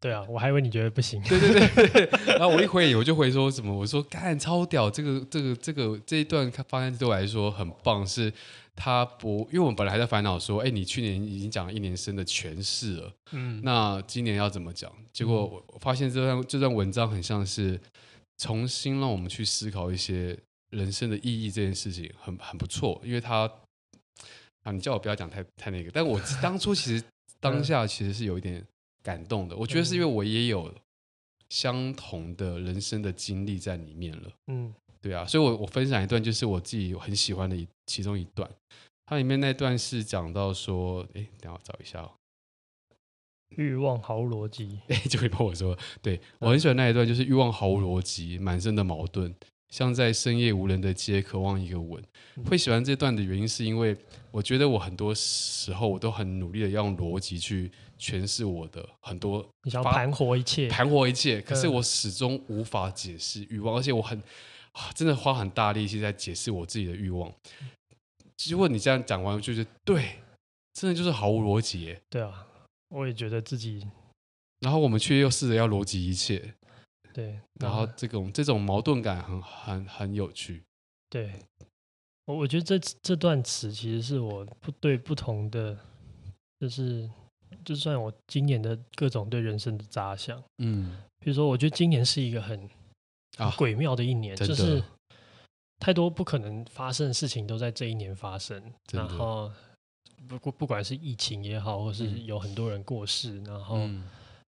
A: 对啊，我还以为你觉得不
B: [LAUGHS]
A: 行。
B: 对对对， [LAUGHS] 然后我一回你我就回说什么，我说干超屌，这个这个这个这一段发现对我来说很棒，是他不，因为我们本来还在烦恼说，哎，你去年已经讲了一年生的诠释了，
A: 嗯，
B: 那今年要怎么讲？结果我我发现这段这段文章很像是重新让我们去思考一些人生的意义这件事情，很很不错，因为他啊，你叫我不要讲太太那个，但我当初其实当下其实是有一点感动的，我觉得是因为我也有相同的人生的经历在里面了。
A: 嗯
B: 对啊，所以我我分享一段，就是我自己很喜欢的一其中一段，它里面那段是讲到说，哎，等一下我找一下哦。
A: 欲望豪逻辑，
B: 哎、就会帮我说，对我很喜欢那一段，就是欲望毫无逻辑，满身的矛盾，像在深夜无人的街渴望一个吻。会喜欢这段的原因，是因为我觉得我很多时候我都很努力的要用逻辑去诠释我的很多
A: 你想要
B: 发
A: 盘活一切，
B: 盘活一
A: 嗯
B: 切，可是我始终无法解释欲望，而且我很、啊真的花很大力气在解释我自己的欲望。如果你这样讲完，我就觉得对，真的就是毫无逻辑耶。
A: 对啊，我也觉得自己
B: 然后我们却又试着要逻辑一切，
A: 对，
B: 然后这种这种矛盾感很很很有趣，
A: 对，我我觉得这这段词其实是我不对不同的，就是就算我今年的各种对人生的杂想，
B: 嗯
A: 比如说，我觉得今年是一个很
B: 啊，
A: 诡妙的一年，
B: 真
A: 就
B: 的
A: 是太多不可能发生的事情都在这一年发生，
B: 真
A: 然
B: 的
A: 后。哦不过，不管是疫情也好，或是
B: 嗯
A: 有很多人过世，然后
B: 嗯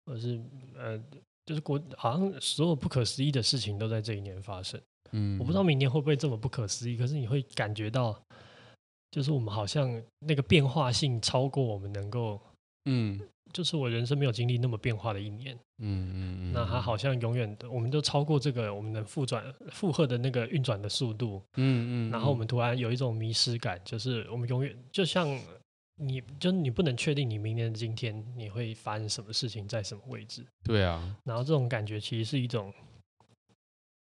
A: 或是呃，就是国好像所有不可思议的事情都在这一年发生。
B: 嗯
A: 我不知道明年会不会这么不可思议，可是你会感觉到，就是我们好像那个变化性超过我们能够，
B: 嗯
A: 就是我人生没有经历那么变化的一年，
B: 嗯嗯嗯，
A: 那它好像永远的，我们都超过这个我们能负转负荷的那个运转的速度，
B: 嗯，嗯嗯，
A: 然后我们突然有一种迷失感，就是我们永远就像你就你不能确定你明年的今天你会发生什么事情，在什么位置。
B: 对啊，
A: 然后这种感觉其实是一种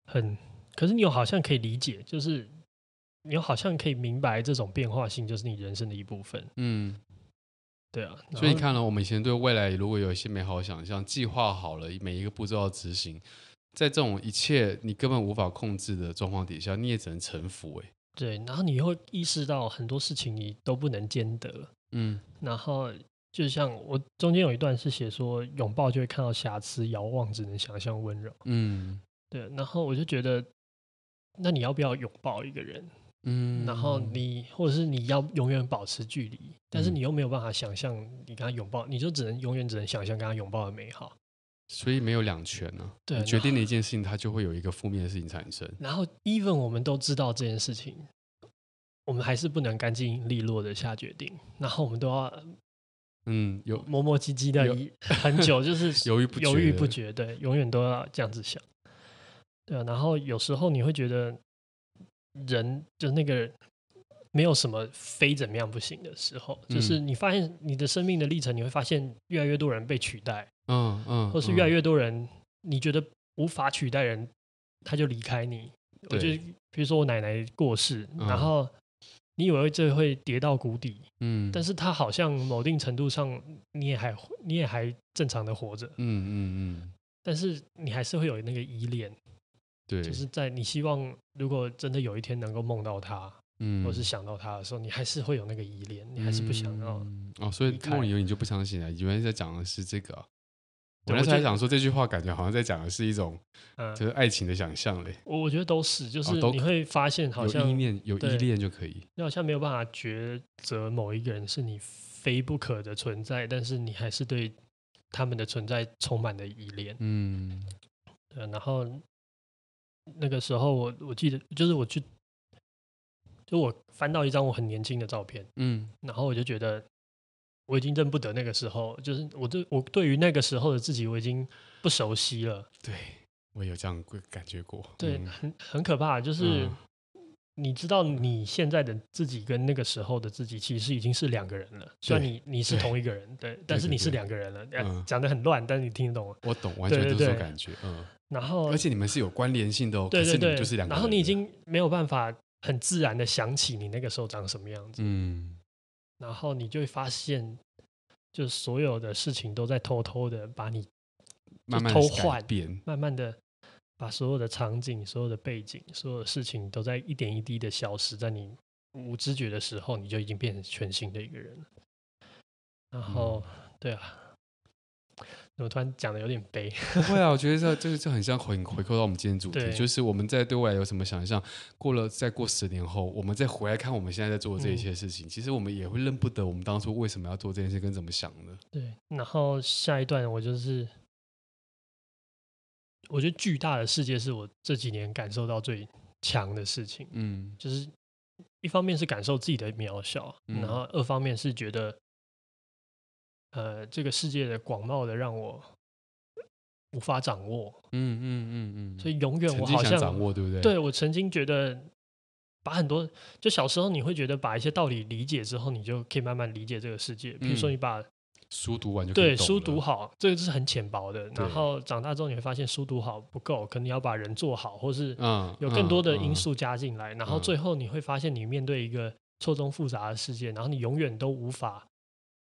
A: 很，可是你又好像可以理解，就是你又好像可以明白这种变化性，就是你人生的一部分。
B: 嗯，
A: 对啊，然
B: 所以你
A: 后
B: 看了，我们以前对未来如果有一些美好的想象，计划好了，每一个步骤要执行，在这种一切你根本无法控制的状况底下，你也只能臣服、欸。哎，
A: 对，然后你会意识到很多事情你都不能兼得。
B: 嗯，
A: 然后就像我中间有一段是写说，拥抱就会看到瑕疵，遥望只能想象温柔。
B: 嗯
A: 对，啊然后我就觉得，那你要不要拥抱一个人？
B: 嗯
A: 然后你或者是你要永远保持距离，但是
B: 嗯
A: 你又没有办法想象你跟他拥抱，你就只能永远只能想象跟他拥抱的美好。
B: 所以没有两全呢、啊。
A: 对
B: 你决定了一件事情，它就会有一个负面的事情产生。
A: 然后，even 我们都知道这件事情，我们还是不能干净利落的下决定，然后我们都要
B: 嗯，有
A: 磨磨唧唧的
B: 有
A: 一很久，
B: [LAUGHS]
A: 就是
B: 犹豫不决
A: 犹豫
B: 的
A: 不决，对，永远都要这样子想。对啊，然后有时候你会觉得人就那个没有什么非怎么样不行的时候，就是
B: 嗯
A: 你发现你的生命的历程，你会发现越来越多人被取代，
B: 嗯嗯，
A: 或是
B: 嗯
A: 越来越多人你觉得无法取代人，他就离开你。我就
B: 对
A: 比如说我奶奶过世，
B: 嗯
A: 然后你以为这会跌到谷底，
B: 嗯，
A: 但
B: 是
A: 是它好像某定程度上，你也还你也还正常的活着，
B: 嗯嗯嗯，
A: 但是你还是会有那个依恋，
B: 对，
A: 就是在你希望如果真的有一天能够梦到他，
B: 嗯，
A: 或是想到他的时候，你还是会有那个依恋，你还是不想要。
B: 嗯哦，所以
A: 离开啊
B: 梦里有你就不相信了，以为在讲的是这个啊、我
A: 对
B: 那时
A: 我
B: 候
A: 觉
B: 还
A: 得
B: 想说这句话，感觉好像在讲的是一种
A: 嗯，
B: 就是爱情的想象嘞，
A: 我我觉得都是，就是
B: 哦都
A: 你会发现好
B: 有
A: 像
B: 依恋有依
A: 对
B: 恋就可以。
A: 你好像没有办法抉择某一个人是你非不可的存在，但是你还是对他们的存在充满了依恋。
B: 嗯
A: 对，然后那个时候我我记得就是我去，就我翻到一张我很年轻的照片，
B: 嗯
A: 然后我就觉得我已经认不得那个时候，就是我对我对于那个时候的自己我已经不熟悉了，
B: 对我也有这样过感觉过。
A: 对，
B: 嗯
A: 很很可怕，就是。
B: 嗯
A: 你知道你现在的自己跟那个时候的自己其实已经是两个人了，虽然
B: 对
A: 你你是
B: 对
A: 同一个人，对，但是
B: 对
A: 你是
B: 对
A: 两个人了。呃
B: 嗯
A: 讲的很乱，但是你听得懂了。
B: 我懂，完
A: 对
B: 全都
A: 对
B: 是这种
A: 对
B: 感觉。嗯，
A: 然后
B: 而且你们是有关联性的哦，
A: 对对
B: 可是你
A: 对，
B: 们就是两个
A: 然
B: 人了。
A: 后你已经没有办法很自然的想起你那个时候长什么样子，
B: 嗯
A: 然后你就会发现，就所有的事情都在偷偷的把你
B: 慢慢
A: 偷
B: 地改
A: 换
B: 变。
A: 慢慢的把所有的场景、所有的背景、所有的事情都在一点一滴的消失，在你无知觉的时候，你就已经变成全新的一个人了。然后，对啊。怎么突然讲的有点悲？ [LAUGHS]
B: 不 [LAUGHS] 会啊，我觉得这这个就很像回回扣到我们今天主题，
A: 对
B: 就是我们在对未来有什么想象，过了再过十年后，我们再回来看我们现在在做的这一
A: 嗯
B: 切事情，其实我们也会认不得我们当初为什么要做这件事跟怎么想的。
A: 对，然后下一段我就是，我觉得巨大的世界是我这几年感受到最强的事情，
B: 嗯
A: 就是一方面是感受自己的渺小，
B: 嗯
A: 然后二方面是觉得，呃，这个世界的广袤的让我无法掌握，
B: 嗯嗯嗯嗯，
A: 所以永远
B: 曾
A: 我
B: 经
A: 好
B: 想
A: 像
B: 掌握，对不对？
A: 对我曾经觉得。把很多就小时候你会觉得把一些道理理解之后，你就可以慢慢理解这个世界。比如说
B: 嗯
A: 你把
B: 书读完就可以
A: 对，
B: 懂
A: 书
B: 了
A: 读，好，这个是很浅薄的。
B: 对
A: 然后长大之后，你会发现书读好不够，可能你要把人做好，或是
B: 嗯，
A: 有更多的因
B: 嗯。嗯
A: 素加进来。然后
B: 嗯
A: 最后你会发现，你面对一个错综复杂的世界，然后你永远都无法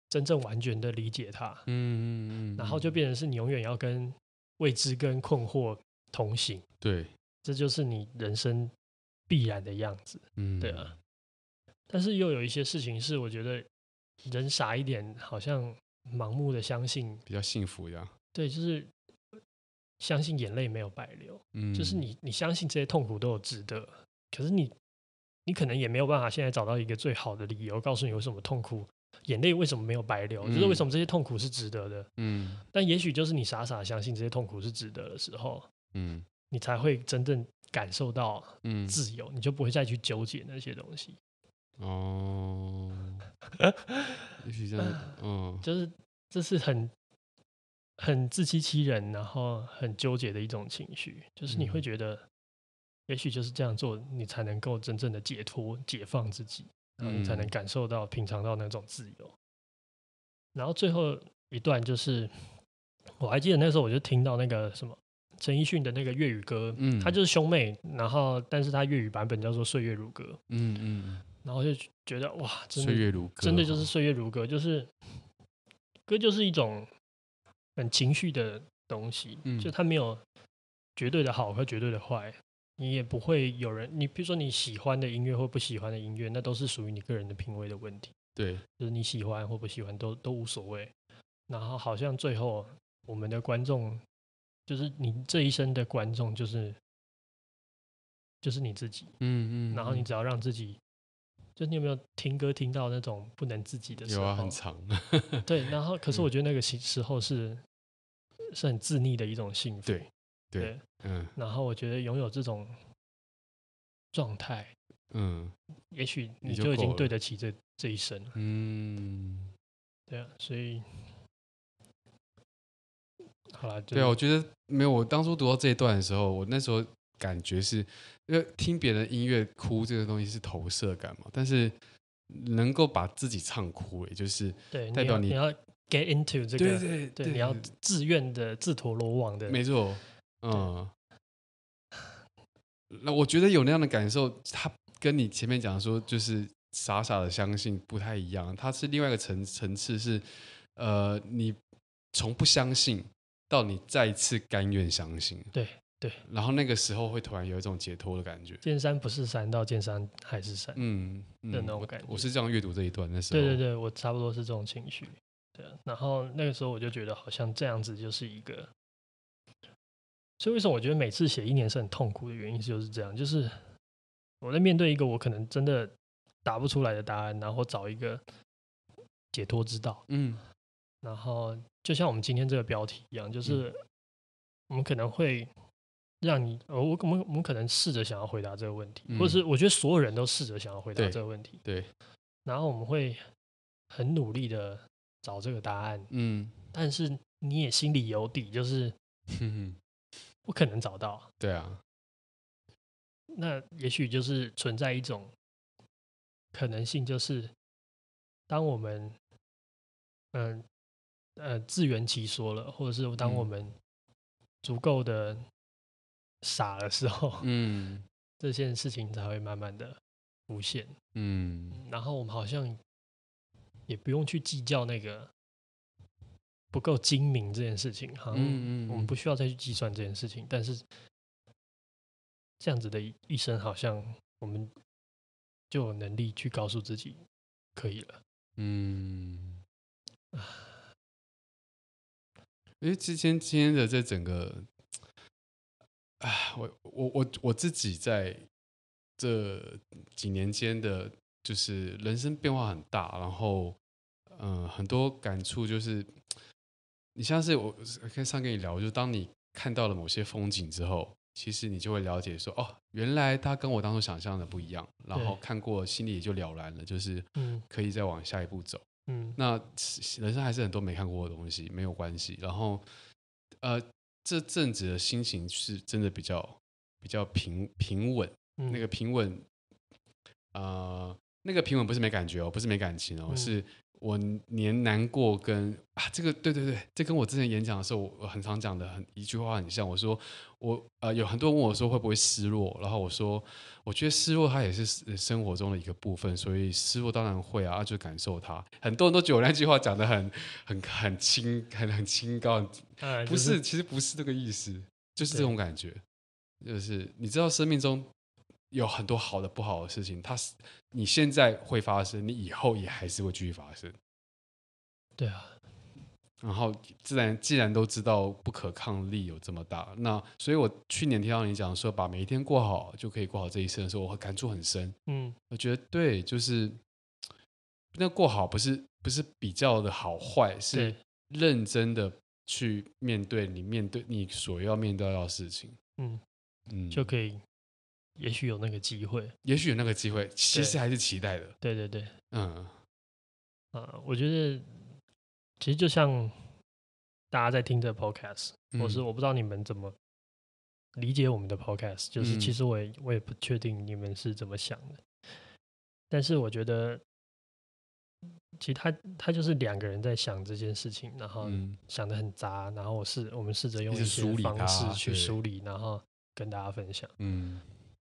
A: 真正完全的理解它，
B: 嗯嗯嗯，
A: 然后就
B: 嗯
A: 变成是你永远要跟未知跟困惑同行，
B: 对，
A: 这就是你人生必然的样子。
B: 嗯，
A: 对啊，但是又有一些事情是我觉得人傻一点，好像盲目的相信
B: 比较幸福呀。
A: 对，就是相信眼泪没有白流，
B: 嗯，
A: 就是你你相信这些痛苦都有值得，可是你你可能也没有办法现在找到一个最好的理由告诉你为什么痛苦，眼泪为什么没有白流，就是为
B: 嗯
A: 什么这些痛苦是值得的。
B: 嗯
A: 但也许就是你傻傻地相信这些痛苦是值得的时候，
B: 嗯
A: 你才会真正感受到
B: 嗯
A: 自由，你就不会再去纠结那些东西。 [LAUGHS]
B: 哦，也许这样，嗯，
A: 就是这是很很自欺欺人，然后很纠结的一种情绪，就是你会
B: 嗯
A: 觉得，也许就是这样做，你才能够真正的解脱、解放自己。然后你才能
B: 嗯
A: 感受到、品尝到那种自由。然后最后一段就是，我还记得那时候我就听到那个什么陈奕迅的那个粤语歌，
B: 嗯
A: 他就是兄妹，然后但是他粤语版本叫做《岁月如歌》，
B: 嗯嗯，
A: 然后就觉得哇，真
B: 岁
A: 的
B: 月如歌，哦
A: 真的就是
B: 哈
A: 岁月如歌，就是歌就是一种很情绪的东西，
B: 嗯
A: 就它没有绝对的好和绝对的坏，你也不会有人，你比如说你喜欢的音乐或不喜欢的音乐，那都是属于你个人的品味的问题，
B: 对，
A: 就是你喜欢或不喜欢都都无所谓。然后好像最后我们的观众，就是你这一生的观众，就是就是你自己，
B: 嗯嗯，
A: 然后你
B: 嗯
A: 只要让自己，就你有没有听歌听到那种不能自己的时
B: 有
A: 候？
B: 啊，很长， [LAUGHS]
A: 对，然后可是
B: 嗯
A: 我觉得那个时时候是是很自溺的一种幸福。
B: 对对嗯
A: 然后我觉得拥有这种状态，
B: 嗯
A: 也许
B: 你
A: 你
B: 就
A: 就已经
B: 够
A: 对
B: 了
A: 得起这这一生了。
B: 嗯，
A: 对啊，所以好啦，就
B: 对啊，我
A: 是
B: 觉得没有。我当初读到这一段的时候，我那时候感觉是，因为听别人音乐哭这个东西是投射感嘛，但是能够把自己唱哭，也就是
A: 对，
B: 代
A: 你
B: 表
A: 要
B: 你
A: 你要 get into 这
B: 对
A: 个，
B: 对嗯
A: 对你要自愿的自投罗网的，
B: 没错，嗯。那我觉得有那样的感受，它跟你前面讲说就是傻傻的相信不太一样，它是另外一个层层次是，呃，你从不相信到你再一次甘愿相信，
A: 对对，
B: 然后那个时候会突然有一种解脱的感觉，
A: 见山不是山，到见山还是山。
B: 嗯，嗯
A: 的那种
B: 我
A: 感觉
B: 我是这样阅读这一段的时候，
A: 对对对，我差不多是这种情绪。对啊，然后那个时候我就觉得好像这样子就是一个，所以为什么我觉得每次写一年是很痛苦的原因就是这样，就是我在面对一个我可能真的答不出来的答案，然后找一个解脱之道，
B: 嗯
A: 然后就像我们今天这个标题一样，
B: 嗯
A: 就是我们可能会让你，呃，我我们我们可能试着想要回答这个问题，或
B: 嗯
A: 者是我觉得所有人都试着想要回答
B: 对
A: 这个问题，
B: 对，
A: 然后我们会很努力的找这个答案，
B: 嗯， [LAUGHS]
A: 但是你也心里有底，就是
B: 哼哼
A: 不可能找到。
B: 对啊，
A: 那也许就是存在一种可能性，就是当我们嗯呃自圆其说了，或者是当我
B: 嗯
A: 们足够的傻的时候，
B: 嗯
A: 这件事情才会慢慢的浮现。
B: 嗯，
A: 然后我们好像也不用去计较那个不够精明这件事情，好像
B: 嗯嗯
A: 我们
B: 嗯
A: 不需要再去计算这件事情。但是这样子的一一生，好像我们就有能力去告诉自己可以了。
B: 嗯，因为之前今天的这整个，啊，我我我我自己在这几年间的，就是人生变化很大，然后嗯、呃很多感触就是，你像是我跟上跟你聊，就是当你看到了某些风景之后。其实你就会了解说，哦，原来它跟我当初想象的不一样，然后
A: 对
B: 看过心里也就了然了，就是
A: 嗯
B: 可以再往下一步走。
A: 嗯
B: 那是人生还是很多没看过的东西，没有关系。然后，呃，这阵子的心情是真的比较比较平平稳，
A: 嗯，
B: 那个平稳，呃，那个平稳不是没感觉哦，不是没感情哦，
A: 嗯
B: 是我连难过跟啊，这个对对对，这跟我之前演讲的时候，我我很常讲的很一句话很像。我说我呃，有很多人问我说会不会失落，然后我说我觉得失落它也是呃生活中的一个部分，所以失落当然会啊，就感受它。很多人都觉得我那句话讲的很很很清很很清高，很
A: 呃
B: 不，
A: 就是
B: 其实不是这个意思，就是这种感觉，就是你知道生命中有很多好的、不好的事情，它是你现在会发生，你以后也还是会继续发生。
A: 对啊，
B: 然后自然既然都知道不可抗力有这么大，那所以我去年听到你讲说把每一天过好就可以过好这一生的时候，我感触很深。
A: 嗯
B: 我觉得对，就是那过好不是不是比较的好坏，是
A: 对
B: 认真的去面对你面对你所要面对到的事情。
A: 嗯
B: 嗯，
A: 就可以，也许有那个机会。
B: 也许有那个机会，其实
A: 对
B: 还是期待的。
A: 对对对，
B: 嗯
A: 啊，我觉得其实就像大家在听这个 podcast，或是
B: 嗯
A: 我不知道你们怎么理解我们的 podcast，就是
B: 嗯
A: 其实我也我也不确定你们是怎么想的，但是我觉得，其实他他就是两个人在想这件事情，然后
B: 嗯，
A: 想的很杂，然后我试我们试着用
B: 一直
A: 一些
B: 梳理它
A: 方式去
B: 对
A: 梳理，然后跟大家分享。
B: 嗯，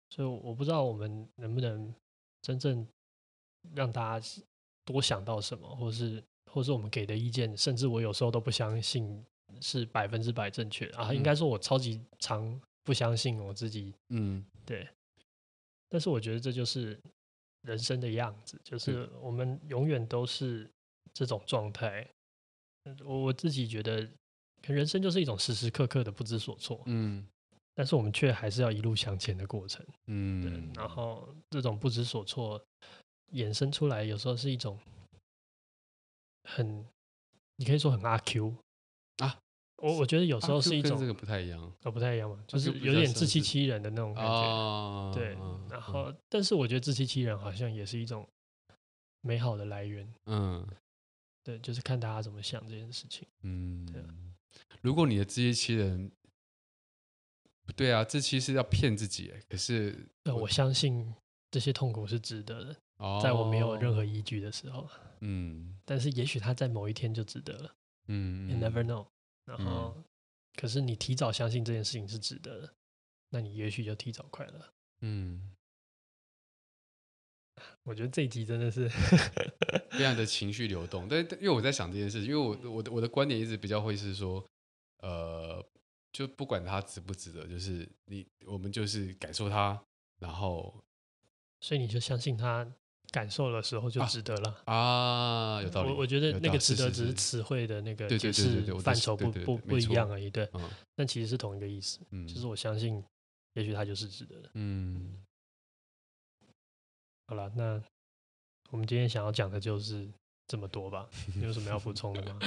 A: 所以我我不知道我们能不能真正让大家多想到什么，或是或是我们给的意见，甚至我有时候都不相信是百分之百正确的啊。应
B: 嗯
A: 该说，我超级常不相信我自己，
B: 嗯，
A: 但是我觉得这就是人生的样子，就是我们永远都是这种状态。嗯我我自己觉得，可能人生就是一种时时刻刻的不知所措，
B: 嗯，
A: 但是我们却还是要一路向前的过程。对，
B: 嗯，
A: 然后这种不知所措衍生出来，有时候是一种很，你可以说很阿 Q
B: 啊，
A: 我我觉得有时候
B: 啊
A: 是
B: 就
A: 一
B: 跟
A: 种
B: 这个不太一样
A: 哦不太一样嘛，就
B: 阿
A: 是
B: Q 比
A: 有
B: 较
A: 点
B: 像
A: 自欺
B: 是
A: 欺人的那种感觉。
B: 啊
A: 对
B: 嗯，
A: 然后但是我觉得自欺欺人好像也是一种美好的来源。
B: 嗯
A: 对，就是看大家怎么想这件事情。
B: 嗯
A: 对啊，
B: 如果你的自欺欺人，不对啊，自欺是要骗自己耶，可是
A: 对，
B: 我
A: 呃我相信这些痛苦是值得的，在我没有任
B: 哦
A: 何依据的时候。
B: 嗯
A: 但是也许他在某一天就值得了。
B: 嗯
A: You
B: 嗯
A: never know。然后，可是你提早相信这件事情是值得的，那你也许就提早快乐。
B: 嗯，
A: 我觉得这一集真的
B: [LAUGHS]
A: 是
B: 非常的情绪流动。但但因为我在想这件事，因为我我的我的观点一直比较会是说，呃，就不管它值不值得，就是你我们就是感受它，然后
A: 所以你就相信他感受的时候就
B: 啊
A: 值得了。
B: 啊，有道理。
A: 嗯我我觉得
B: 有
A: 那个
B: 道理
A: 值得
B: 是
A: 只是
B: 是
A: 词汇的那个
B: 对
A: 解
B: 对对对对
A: 释
B: 我的
A: 范
B: 是
A: 畴
B: 对
A: 不
B: 对
A: 不
B: 没
A: 不一
B: 错
A: 样而已，对，
B: 嗯
A: 但其实是同一个意思，
B: 嗯，
A: 就是我相信，也许他就是值得的。
B: 嗯
A: 好了，那我们今天想要讲的就是这么多
B: [LAUGHS]
A: 吧，你有什么要补充的吗？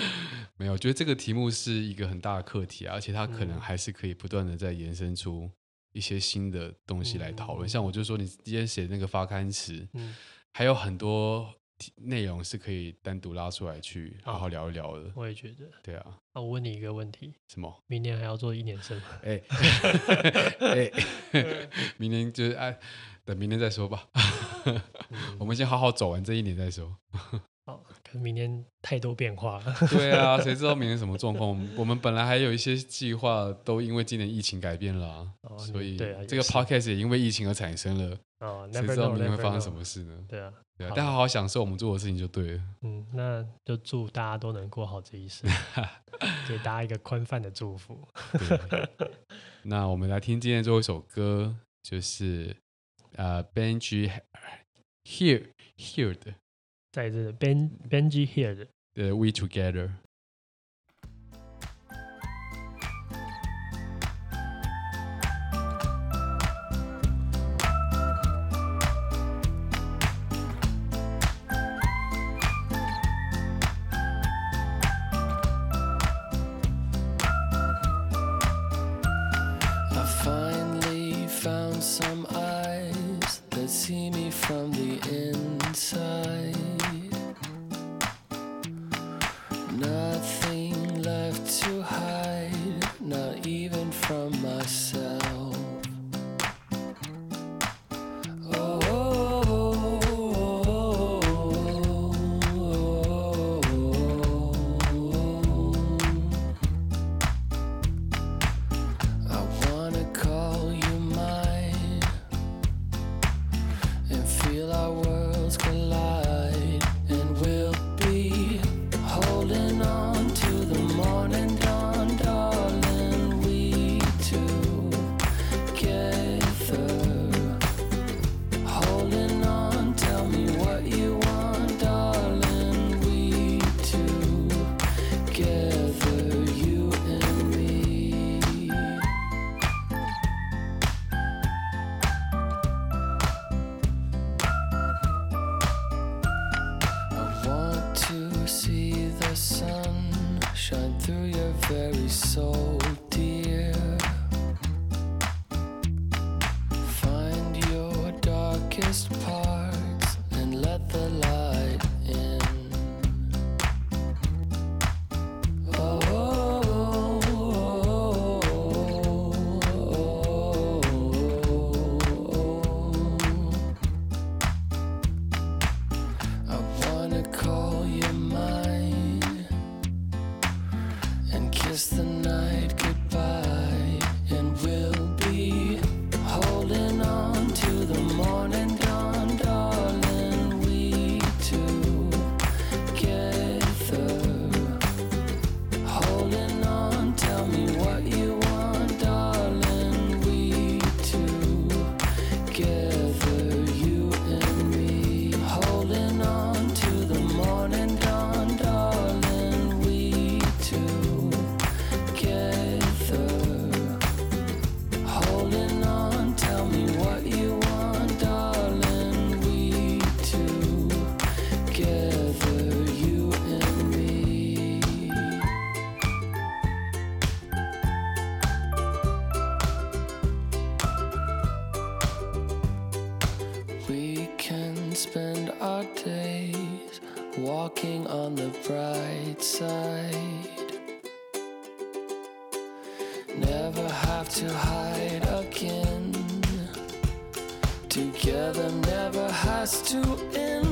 B: 没有，我觉得这个题目是一个很大的课题啊，而且它可能
A: 嗯
B: 还是可以不断的在延伸出一些新的东西来讨论。
A: 嗯
B: 像我就说，你今天写那个发刊词，
A: 嗯，
B: 还有很多题内容是可以单独拉出来去好好聊一聊的。
A: 我也觉得。
B: 对啊，
A: 那、我问你一个问题，
B: 什么？ [LAUGHS]
A: 明年还要做一年生吗？
B: 哎哎， [LAUGHS] 明年就是哎，等明年再说吧。 [LAUGHS]
A: 嗯
B: 我们先好好走完这一年再说。
A: 哦，可是明年太多变化 [LAUGHS] 了。
B: [LAUGHS] 对啊，谁知道明年什么状况？我 [LAUGHS] 们我们本来还有一些计划，都因为今年疫情改变了啊、
A: 哦
B: 所
A: 你
B: 以
A: 对啊也
B: 这个
A: 是
B: podcast 也因为疫情而产生了，
A: 哦
B: 谁
A: ，never
B: 知道
A: know，
B: 明年会
A: never
B: 发生
A: know
B: 什么事呢？
A: 对啊，
B: 对啊
A: 好，
B: 但好好享受我们做的事情就对了。
A: 嗯，那就祝大家都能过好这一
B: [LAUGHS]
A: 生，给大家一个宽泛的祝福。
B: 对 [LAUGHS] 那我们来听今天最后一首歌，就是呃 Benji Here Here 的
A: 再一次，Ben Benji here 的
B: 呃 We Together。
F: I finally found some eyes that see me from the inside. Nothing left to hide, not even from myself. Oh, oh, oh, oh, oh. I wanna call you mine,
D: walking on the bright side. Never have to hide again. Together never has to end.